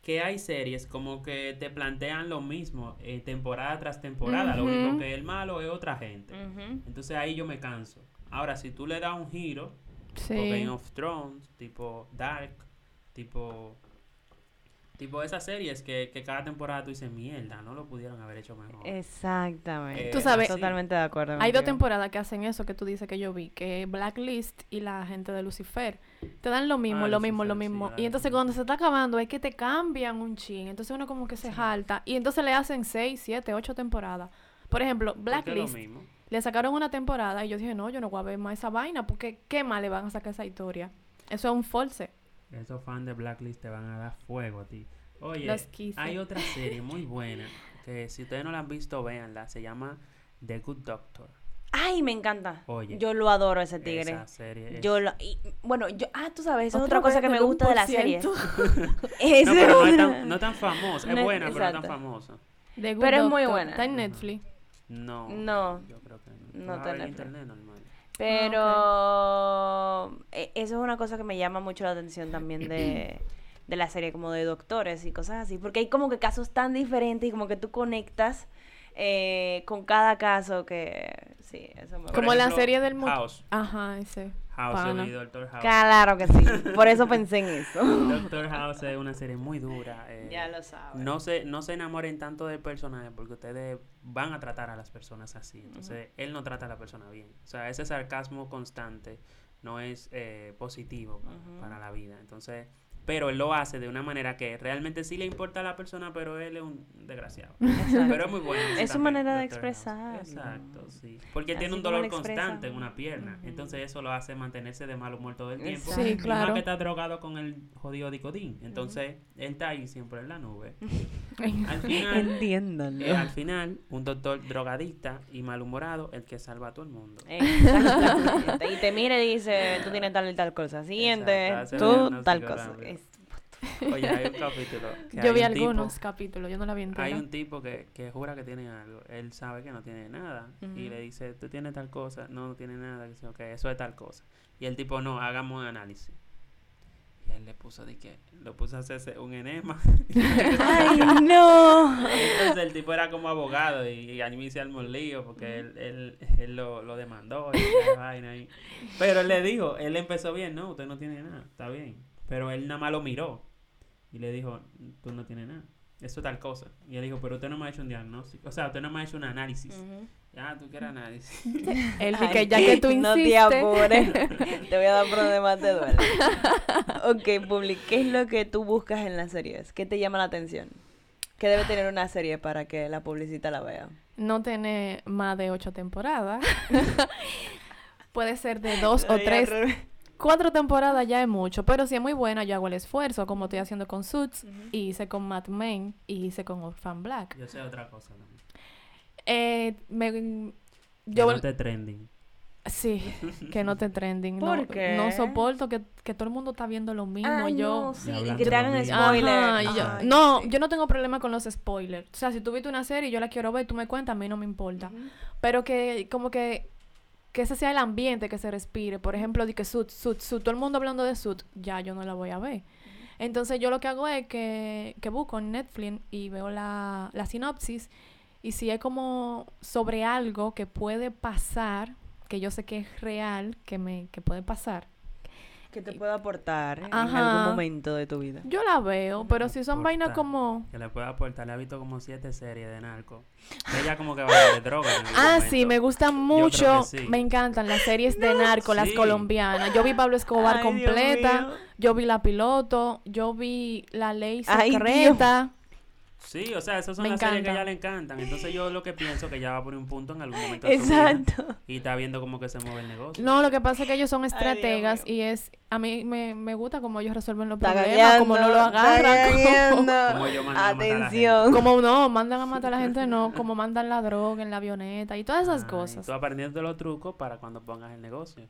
que hay series como que te plantean lo mismo eh, temporada tras temporada, lo único Ujú. que el malo es otra gente. Ujú. Entonces ahí yo me canso. Ahora, si tú le das un giro, tipo Sí. Game of Thrones, tipo Dark, tipo. Tipo esas series que, que cada temporada tú dices, mierda, no lo pudieron haber hecho mejor. Exactamente. Eh, Tú sabes- Totalmente de acuerdo. Hay dos contigo. temporadas que hacen eso que tú dices que yo vi, que es Blacklist y la gente de Lucifer. Te dan lo mismo, Ah, lo mismo, lo Lucifer, sí, mismo. la y de entonces Lucifer. cuando se está acabando es que te cambian un chin. Entonces uno como que se jalta. Y entonces le hacen seis, siete, ocho temporadas. Por ejemplo, Porque es lo Blacklist. mismo. Le sacaron una temporada y yo dije, no, yo no voy a ver más esa vaina porque qué más le van a sacar esa historia. Eso es un false. Esos fans de Blacklist te van a dar fuego a ti. Oye, Los quise. hay otra serie *laughs* muy buena que si ustedes no la han visto, véanla. Se llama The Good Doctor. Ay, me encanta. Oye. yo lo adoro ese tigre. Esa serie es- Yo lo, y- bueno, yo, ah, tú sabes, esa es Otra otra cosa vez que me del gusta de la serie. *laughs* 1%. Esa No, pero no otra. es tan, no tan famosa. Es No es- buena, pero no tan exacto. famosa. The Good Pero es muy Doctor. buena. Está en Ajá. Netflix. No. No, Yo creo que no. Tú no la está ves en en Netflix. internet normal. *laughs* Pero Ah, eh, eso es una cosa que me llama mucho la atención también *clears throat* de, de la serie, como de doctores y cosas así, porque hay como que casos tan diferentes y como que tú conectas eh, con cada caso que... Sí, eso me Por Como la ejemplo, serie del mu- House. Ajá, ese. House, yo pana. *laughs* vi Doctor House. Claro que sí, por eso pensé en *laughs* eso. Doctor House es una serie muy dura. eh, *laughs* Ya lo sabes. No se, no se enamoren tanto del personaje porque ustedes van a tratar a las personas así. Entonces, él no trata a la persona bien. O sea, ese sarcasmo constante no es eh, positivo pa- Ujú. para la vida. Entonces, pero él lo hace de una manera que realmente sí le importa a la persona, pero él es un *laughs* desgraciado. Exacto. Pero es muy bueno. eso Es su también, manera de Dr. House. expresarlo. Exacto, sí. Porque Así tiene un como lo dolor expresa. constante en una pierna. Ujú. Entonces, eso lo hace mantenerse de mal humor todo el tiempo. Exacto. Sí, Y más claro. que está drogado con el jodido dicodín. Entonces, él está ahí siempre en la nube. Al final, Entiéndanlo. eh, al final, un doctor drogadicta y malhumorado, el que salva a todo el mundo. Exactamente. Y te mira y dice, tú tienes tal y tal cosa. Siguiente, Exacto, hace tú diagnóstico tal cosa. rápido. Es- *laughs* Oye, hay un *laughs* capítulo. que hay Yo vi un tipo- algunos capítulos, yo no la vi entera. hay un tipo que, que jura que tiene algo. Él sabe que no tiene nada. Y le dice, tú tienes tal cosa. No, no tiene nada. Que eso es tal cosa. Y el tipo, no, hagamos un análisis. Él le puso de que lo puso a hacerse un enema. Ay, no. Entonces el tipo era como abogado y, y a mí se armó un lío porque él, él, él lo, lo demandó. y la vaina y- Pero él le dijo, él empezó bien, no, usted no tiene nada, está bien. Pero él nada más lo miró y le dijo, tú no tienes nada. Eso es tal cosa. Y él dijo, pero usted no me ha hecho un diagnóstico. O sea, usted no me ha hecho un análisis. Ujú. Ah, tú quieres análisis. Él Ay, dice que ya que tú *laughs* No te insistes, apures. Te voy a dar problemas de duelo. ok, Public, ¿qué es lo que tú buscas en las series? ¿Qué te llama la atención? ¿Qué debe tener una serie para que la publicita la vea? no tiene más de *laughs* ocho temporadas. Puede ser de dos o Ay, tres. al revés. Cuatro temporadas ya es mucho, pero si es muy buena, yo hago el esfuerzo, como estoy haciendo con Suits, y hice con Mad Men, y hice con Orphan Black. Yo sé otra cosa también. Eh, me- Que yo, no te trending. Sí, que no te trending. ¿Por no, qué? no soporto que, que todo el mundo está viendo lo mismo. Ay, yo. Ah, no, sí, Ya y hablando que te hagan conmigo. spoiler. Ajá, y yo- Ajá. no, yo no tengo problema con los spoilers. O sea, si tú viste una serie y yo la quiero ver, tú me cuentas, a mí no me importa. Pero que, como que, que ese sea el ambiente que se respire. Por ejemplo, de que sud, sud, sud, todo el mundo hablando de sud, ya yo no la voy a ver. Entonces, yo lo que hago es que, que busco en Netflix y veo la, la sinopsis. Y si es como sobre algo que puede pasar, que yo sé que es real, que, me, que puede pasar, Que te pueda aportar en algún Ajá. momento de tu vida. yo la veo. Pero si son vainas Aportar. como. Que le pueda aportar. Le ha visto como siete series de narco. Ella como que va de droga. en algún Ah, sí, momento. me gustan creo mucho. que sí. Me encantan las series de narco, las Sí. colombianas. Yo vi Pablo Escobar Ay, Dios mío. completa, yo vi La Piloto, yo vi La Ley Ay, Dios. Secreta. Sí, o sea, esas son Me las series que a ella encanta. le encantan. Entonces yo lo que pienso que ya va a poner un punto en algún momento. de su vida Exacto. y está viendo como que se mueve el negocio. No, lo que pasa es que ellos son Dios estrategas mío. y es a mí me, me gusta cómo ellos resuelven los Está problemas, cómo no lo gagueando, está agarran, *laughs* cómo, gagueando. Como yo mando a matar a la Atención. cómo no mandan a matar a la gente, no, cómo mandan la droga en la avioneta y todas esas Ah, y cosas. Tú aprendiendo los trucos para cuando pongas el negocio.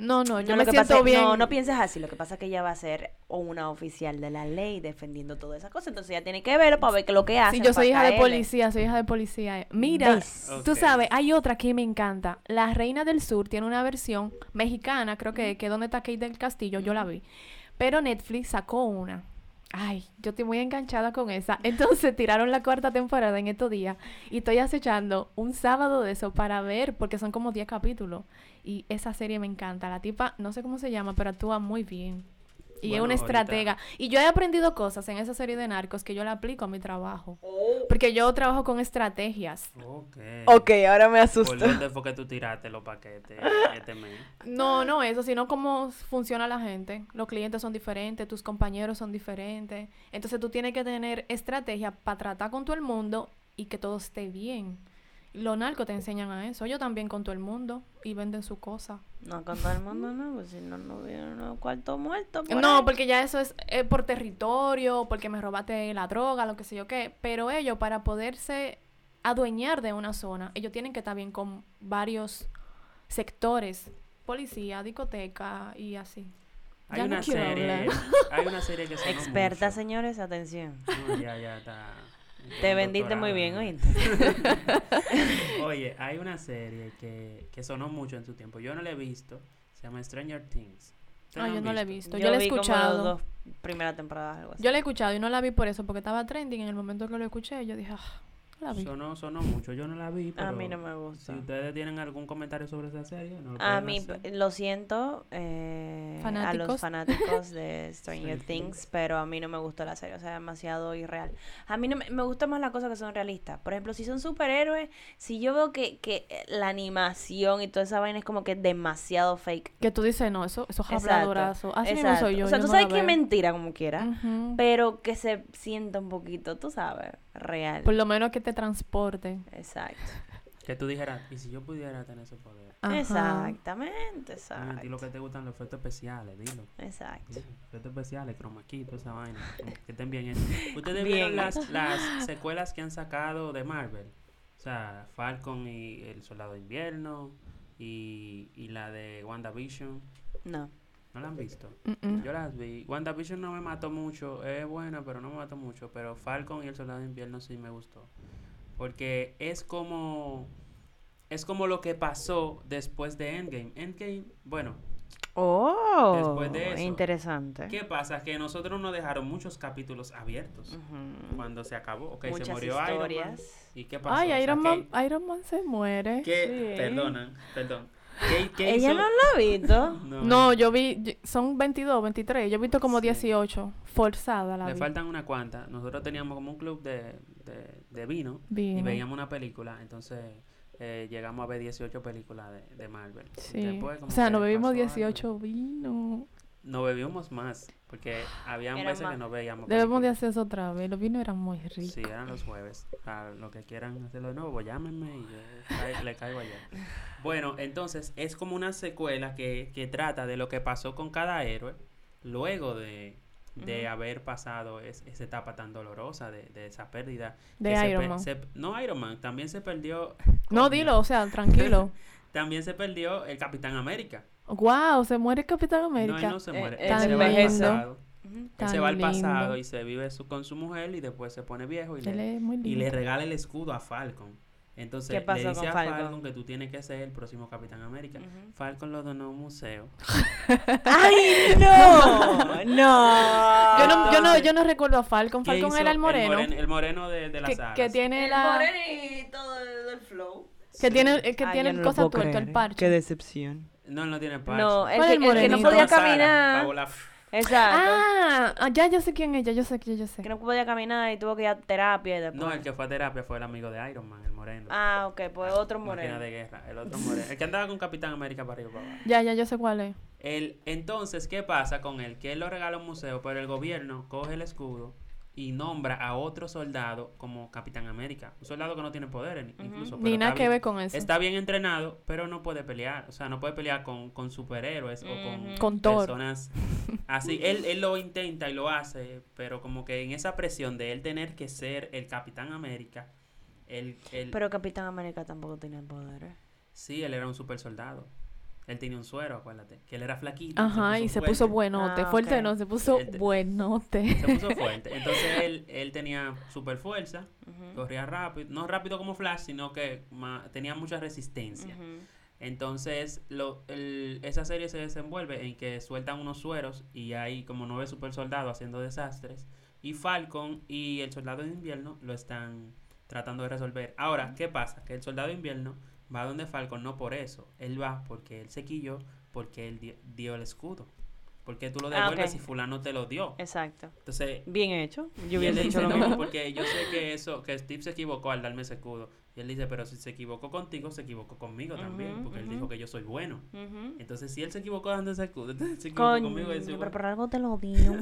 No, no, yo No, me lo que siento pasa es- bien. no, no pienses así. Lo que pasa es que ella va a ser o una oficial de la ley defendiendo todas esas cosas. Entonces ella tiene que verlo para ver que lo que hace. Sí, yo soy hija de policía, soy hija de policía. Mira, ¿Ves? tú Ok. sabes, hay otra que me encanta. La Reina del Sur tiene una versión mexicana, creo que, que donde está Kate del Castillo, yo la vi. Pero Netflix sacó una. Ay, yo estoy muy enganchada con esa. Entonces *laughs* tiraron la cuarta temporada en estos días y estoy acechando un sábado de eso para ver, porque son como 10 capítulos. Y esa serie me encanta. La tipa, no sé cómo se llama, pero actúa muy bien. Y es Bueno, una ahorita- estratega. Y yo he aprendido cosas en esa serie de narcos que yo la aplico a mi trabajo. Porque yo trabajo con estrategias. Ok. Ok, ahora me ¿Por asusto. dónde fue que tú tiraste los paquetes este *laughs* mes? No, no eso, sino cómo funciona la gente. Los clientes son diferentes, tus compañeros son diferentes. Entonces tú tienes que tener estrategia para tratar con todo el mundo y que todo esté bien. Los narcos te enseñan a eso. Ellos también con todo el mundo y venden su cosa. No, con todo el mundo no, pues si no, no vieron no, cuarto muerto. por No, ahí. porque ya eso es eh, por territorio, porque me robaste la droga, lo que sé yo qué. Pero ellos, para poderse adueñar de una zona, ellos tienen que estar bien con varios sectores. Policía, discoteca y así. Hay Ya no una quiero serie. hablar. Hay una serie que se Experta, señores, atención. ya, ya está. Te vendiste muy bien, oíste. oíste. Oye, hay una serie que, que sonó mucho en su tiempo. Yo no la he visto. Se llama Stranger Things. ¿Ustedes Ah, han yo no la he visto? visto. Yo, la he vi como escuchado. las dos primeras temporadas, algo así. Yo la he escuchado y no la vi por eso, porque estaba trending. En el momento que lo escuché, yo dije, ah, la vi. Sonó, sonó mucho. Yo no la vi. Pero A mí no me gusta. Si ustedes tienen algún comentario sobre esa serie, no lo A pueden mí, hacer. p- lo siento eh, a los Fanáticos. fanáticos *laughs* de Stranger Stranger Things, pero a mí no me gusta la serie, o sea, demasiado irreal. A mí no me, me gustan más las cosas que son realistas. Por ejemplo, si son superhéroes, si yo veo que, que eh, la animación y toda esa vaina es como que demasiado fake. Que tú dices, no, eso, eso es Exacto, habladorazo. Así mismo exacto. soy yo. O sea, yo tú no sabes la que es veo. mentira como quiera, Ujú. pero que se sienta un poquito, tú sabes, real. Por lo menos que te transporte. Exacto. Que tú dijeras, ¿y si yo pudiera tener ese poder? Ajá. Exactamente, Dime, a ti lo que exacto. te gustan los efectos especiales, dilo. Exacto. Dilo, Efectos especiales, croma key, toda esa vaina. Que estén bien hechos. ¿Ustedes Bien vieron las, *laughs* las secuelas que han sacado de Marvel? O sea, Falcon y El Soldado de Invierno y, y la de WandaVision. No. ¿No la han visto? Mm-mm. Yo las vi. WandaVision no me mató mucho. Es buena, pero no me mató mucho. Pero Falcon y el Soldado de Invierno sí me gustó. Porque es como. Es como lo que pasó después de Endgame. Endgame, bueno, Oh, Después de eso. interesante. ¿Qué pasa? Que nosotros nos dejaron muchos capítulos abiertos Ujú. cuando se acabó. Ok, se Muchas murió Iron Man. historias. ¿Y qué pasó? O sea, Ay, Iron Man, ¿qué- Iron Man se muere. ¿Qué? sí. Perdonan, perdón. ¿Qué, qué Ella hizo? no lo ha visto. No, yo vi, yo- son 22, 23, yo he visto como Sí. 18, forzada la Le vi. faltan una cuanta. Nosotros teníamos como un club de, de, de vino, y Vino. veíamos una película. Entonces eh, llegamos a ver 18 películas de, de Marvel. Y Sí. después como o sea, que nos bebimos pasó algo. 18 vinos. No bebimos más, porque había Eran veces que más. no veíamos. Debemos de películas. hacer eso otra vez, los vinos eran muy ricos. Sí, eran los jueves. Para los que quieran hacerlo de nuevo, pues llámenme y yo ca- le caigo allá. Bueno, entonces es como una secuela que, que trata de lo que pasó con cada héroe luego de, de haber pasado es- esa etapa tan dolorosa de, de esa pérdida. De que se Iron pe- Man. se- no, Iron Man, también se perdió. *laughs* No, coño, dilo, o sea, *laughs* tranquilo. También se perdió el Capitán América. wow, se muere Capitán No, él América. no se Eh, muere. él eh, se va al envejece. pasado. Ujú. Él se Tan va al pasado lindo. y se vive su- con su mujer y después se pone viejo y Él le, es muy lindo. y le regala el escudo a Falcon. Entonces ¿Qué le pasó dice con a Falcon? Falcon? que tú tienes que ser el próximo Capitán América. Ujú. Falcon lo donó a un museo. ¡Ay, *laughs* no! ¡No! Yo no, yo, no, Entonces, yo no recuerdo a Falcon. ¿Qué Falcon hizo era el moreno. moren- El moreno de, de las que, alas. que tiene la. morenito del flow. Que tiene, eh, que Ay, tiene yo no el lo cosa puedo tuerta, el creer. parche. decepción. No, no tiene parche. No, el ¿Cuál que, es el el que no morenito? podía Con Sara, caminar. Paola, Exacto. Ah, ah, ya yo sé quién es, ya yo sé, ya yo sé. Que no podía caminar y tuvo que ir a terapia y después. No, el que fue a terapia fue el amigo de Iron Man, el moreno. Ah, ok, pues otro Máquina moreno. de guerra, el otro moreno. El que andaba con Capitán América para arriba y para abajo. Ya, ya yo sé cuál es. El, entonces, ¿qué pasa con él? Que él lo regala a un museo, pero el gobierno coge el escudo y nombra a otro soldado como Capitán América. Un soldado que no tiene poderes, ni- incluso. pero Ni nada está que bien- ver con eso. Está bien entrenado, pero no puede pelear. O sea, no puede pelear con, con superhéroes o Ujú. con, Con Thor. *laughs* personas. Así, él, él lo intenta y lo hace, pero como que en esa presión de él tener que ser el Capitán América, él, él- Pero Capitán América tampoco tenía poderes. sí, él era un super soldado. Él tenía un suero, acuérdate. Que él era flaquito. Ajá, y se puso fuerte. buenote. Ah, Fuerte ok. no, se puso Este- buenote. Se puso fuerte. Entonces él, él tenía super fuerza, Ujú. corría rápido, no rápido como Flash, sino que ma- tenía mucha resistencia. Ujú. Entonces lo, el- esa serie se desenvuelve en que sueltan unos sueros y hay como nueve super soldados haciendo desastres. Y Falcon y el soldado de invierno lo están tratando de resolver. Ahora, ¿qué pasa? Que el soldado de invierno va donde Falcon no por eso. Él va porque él se quilló, porque él di- dio el escudo. Porque tú lo Ah, ok. devuelves si fulano te lo dio. Exacto. Entonces, Bien hecho. Yo y él hubiera dice, hecho lo no, mismo. porque yo sé que eso, que Steve se equivocó al darme ese escudo. Y él dice, pero si se equivocó contigo, se equivocó conmigo también, Ujú, porque él ujú. dijo que yo soy bueno. Ujú. Entonces, si él se equivocó dando ese escudo, *laughs* entonces se equivocó Coño, conmigo y yo soy pero bueno. por algo te lo dio.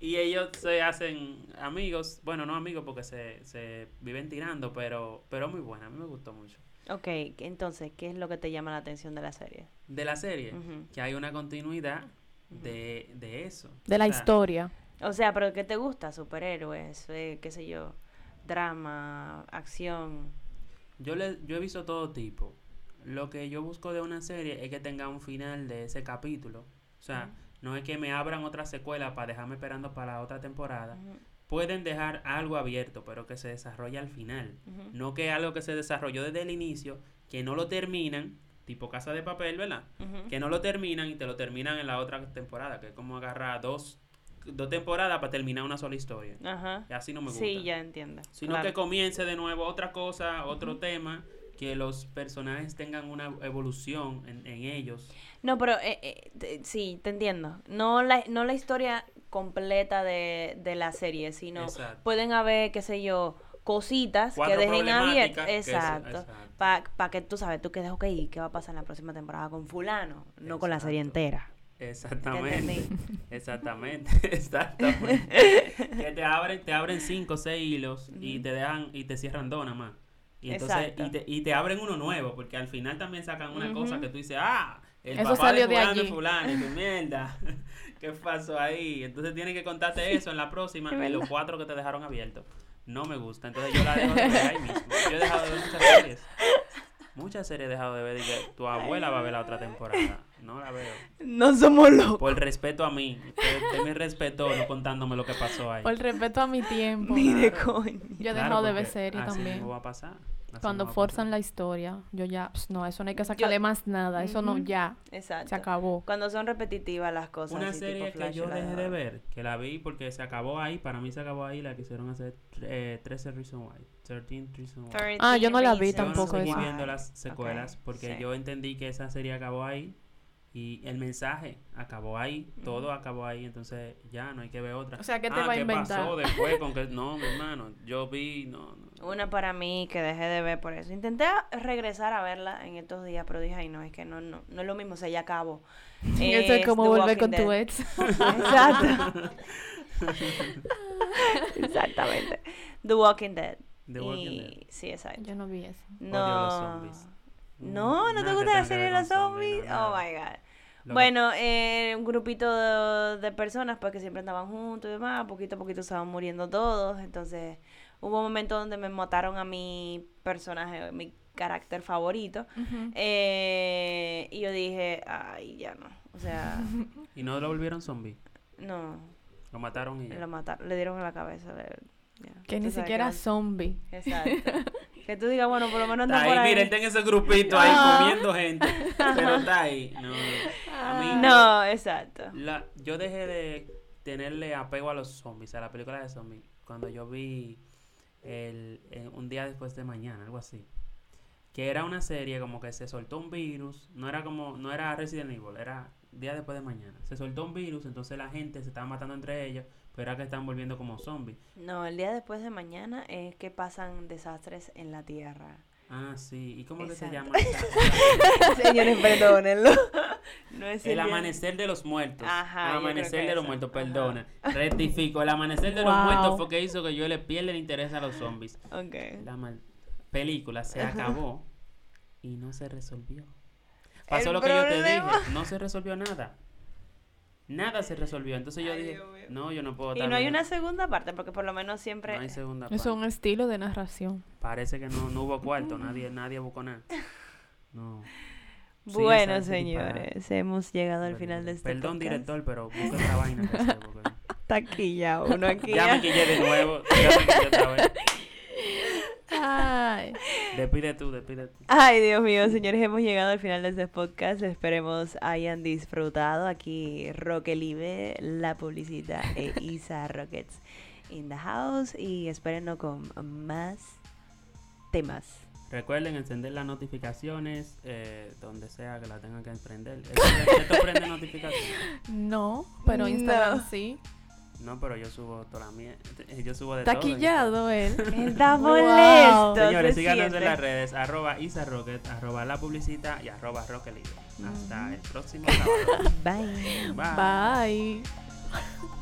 Y ellos se hacen amigos, bueno, no amigos porque se, se viven tirando, pero, pero muy buena, a mí me gustó mucho. ok, entonces, ¿qué es lo que te llama la atención de la serie? De la serie, Ujú. que hay una continuidad de, de eso. *laughs* De la O sea, historia. O sea, pero ¿qué te gusta? Superhéroes, eh, qué sé yo, drama, acción. Yo, le, yo he visto todo tipo. Lo que yo busco de una serie es que tenga un final de ese capítulo. O sea, no es que me abran otra secuela para dejarme esperando para otra temporada. Ujú, Pueden dejar algo abierto, pero que se desarrolle al final. ujú. No que algo que se desarrolló desde el inicio, que no lo terminan, tipo Casa de Papel, ¿verdad? Ujú. Que no lo terminan y te lo terminan en la otra temporada, que es como agarrar dos, dos temporadas para terminar una sola historia. Ajá. Y así no me gusta Ah. Sí, ya entiendo. sino Claro. que comience de nuevo otra cosa, otro tema, que los personajes tengan una evolución en, en ellos. No, pero eh, eh, te- sí, te entiendo. No la, no la historia completa de, de la serie, sino Exacto. pueden haber, qué sé yo, cositas pues, que Cuatro dejen problemáticas abiertas. que se- Exacto. exacto. Para que tú sabes, tú quedes, ok, ¿qué va a pasar en la próxima temporada con fulano? No con la serie Exacto. entera. Exactamente. entendí. Exactamente. *laughs* Exactamente. que te abren, te abren cinco, seis hilos y te dejan y te cierran dos nada más. Y entonces Exacto. y te, y te abren uno nuevo, porque al final también sacan una cosa que tú dices, "Ah, el Eso papá de salió de fulano es allí". fulano, y *laughs* tu mierda. *laughs* ¿Qué pasó ahí? Entonces tienen que contarte eso en la próxima y los cuatro que te dejaron abiertos. No me gusta, entonces yo la dejo de ver ahí *laughs* mismo. Yo he dejado de ver muchas series. Muchas series he dejado de ver y que tu abuela va a ver la otra temporada. No la veo. *laughs* No somos locos. Por el respeto a mí. Usted, usted me respetó no contándome lo que pasó ahí. Por el respeto a mi tiempo. Ni de coño. Yo he Claro, dejado de porque ver serie así también. mismo va a pasar. Cuando forzan la historia, yo ya, ps, no, eso no hay que sacarle más nada, eso no, Ujú. ya, Exacto. *laughs* se acabó. Cuando son repetitivas las cosas. Una así, tipo serie que Flash, yo la dejé de dejaba. ver, que la vi porque se acabó ahí, para mí se acabó ahí, la quisieron hacer eh, 13 Reasons Why. 13 Reasons Why. Ah, yo no la vi 13 Yo no tampoco seguí Reasons esa. Why. viendo las secuelas Ok, porque sí. yo entendí que esa serie acabó ahí y el mensaje acabó ahí, todo acabó ahí, entonces ya no hay que ver otra. O sea, ¿qué te Ah, va a pasó inventar? después? Con *laughs* que... No, mi hermano, yo vi, no, no. Una para mí que dejé de ver por eso. Intenté a- regresar a verla en estos días, pero dije, ay, no, es que no, no, no es lo mismo, o sea, ya acabo. *laughs* Eso es como The volver con Walking tu *laughs* Dead. ex. *laughs* Exacto. Exactamente. The Walking Dead. The Walking Y- Dead. Sí, exacto. yo no vi eso. Odio a los No. zombies. No, ¿no Mm, Nada te que gusta tenga la que serie de ver los con zombies, zombies? no, Oh nada. my god. Lo- Bueno, eh, un grupito de, de personas pues que siempre andaban juntos y demás, poquito a poquito se van muriendo todos, entonces hubo un momento donde me mataron a mi personaje, mi carácter favorito, eh, y yo dije, ay, ya no, *laughs* o sea, Y no lo volvieron zombie, no, lo mataron y ya. lo mataron, le dieron en la cabeza. le- ya. Que Tú ni sabes siquiera no- zombie. *laughs* Exacto. que tú digas, bueno, por lo menos anda Está por ahí, ahí. Ah. mira, este está en ese grupito ahí comiendo *laughs* gente, pero está ahí. No, a mí No, exacto. La, yo dejé de tenerle apego a los zombies, a la película de zombies, cuando yo vi el, eh, un día después de mañana, algo así. Que era una serie como que se soltó un virus, no era como, no era Resident Evil, era día después de mañana. Se soltó un virus, entonces la gente se estaba matando entre ellas, pero era que estaban volviendo como zombies. No, el día después de mañana es que pasan desastres en la Tierra. Ah, sí, ¿y cómo Exacto. que se llama? esa- *laughs* Señores, perdónenlo. *laughs* No es El día- amanecer de los muertos. Ajá, yo creo amanecer que de los esa. muertos, Ajá. perdona. Rectifico, el amanecer de los Wow. muertos fue que hizo que yo le pierda el interés a los zombies. Ok. La mal- película se acabó y no se resolvió. Pasó El lo que yo te dije, problema. no se resolvió nada. Nada se resolvió. Entonces yo dije, no, yo no puedo Y estar no hay viendo- una segunda parte, porque por lo menos No siempre. hay segunda Eso es parte. un estilo de narración. Parece que no, no hubo cuarto, nadie, nadie buscó *laughs* nada. No. Sí, bueno, esa es disparada. señores, hemos llegado al final de este Perdón, podcast. director, pero busca esta vaina que hacer, porque Está aquí ya, uno aquí. *laughs* Ya me ya. quillé de nuevo. Ya me quillé otra *laughs* vez. Ay. Despide tú, despide tú. Ay, Dios mío, señores, hemos llegado al final de este podcast. Esperemos hayan disfrutado. Aquí Roquelive, la publicita e Isa Rockets in the house. Y espérenos con más temas. Recuerden encender las notificaciones eh, donde sea que la tengan que encender. ¿Esto esto prende notificaciones? No, pero Instagram sí. No, pero yo subo toda la mierda. Yo subo de todo. Taquillado él. Está Wow. molesto. Señores, se síganos en siente. las redes. Arroba Isa Rocket, arroba La Publicita y arroba *laughs* Rocket Leader. Hasta el próximo sábado. Bye. Bye. Bye.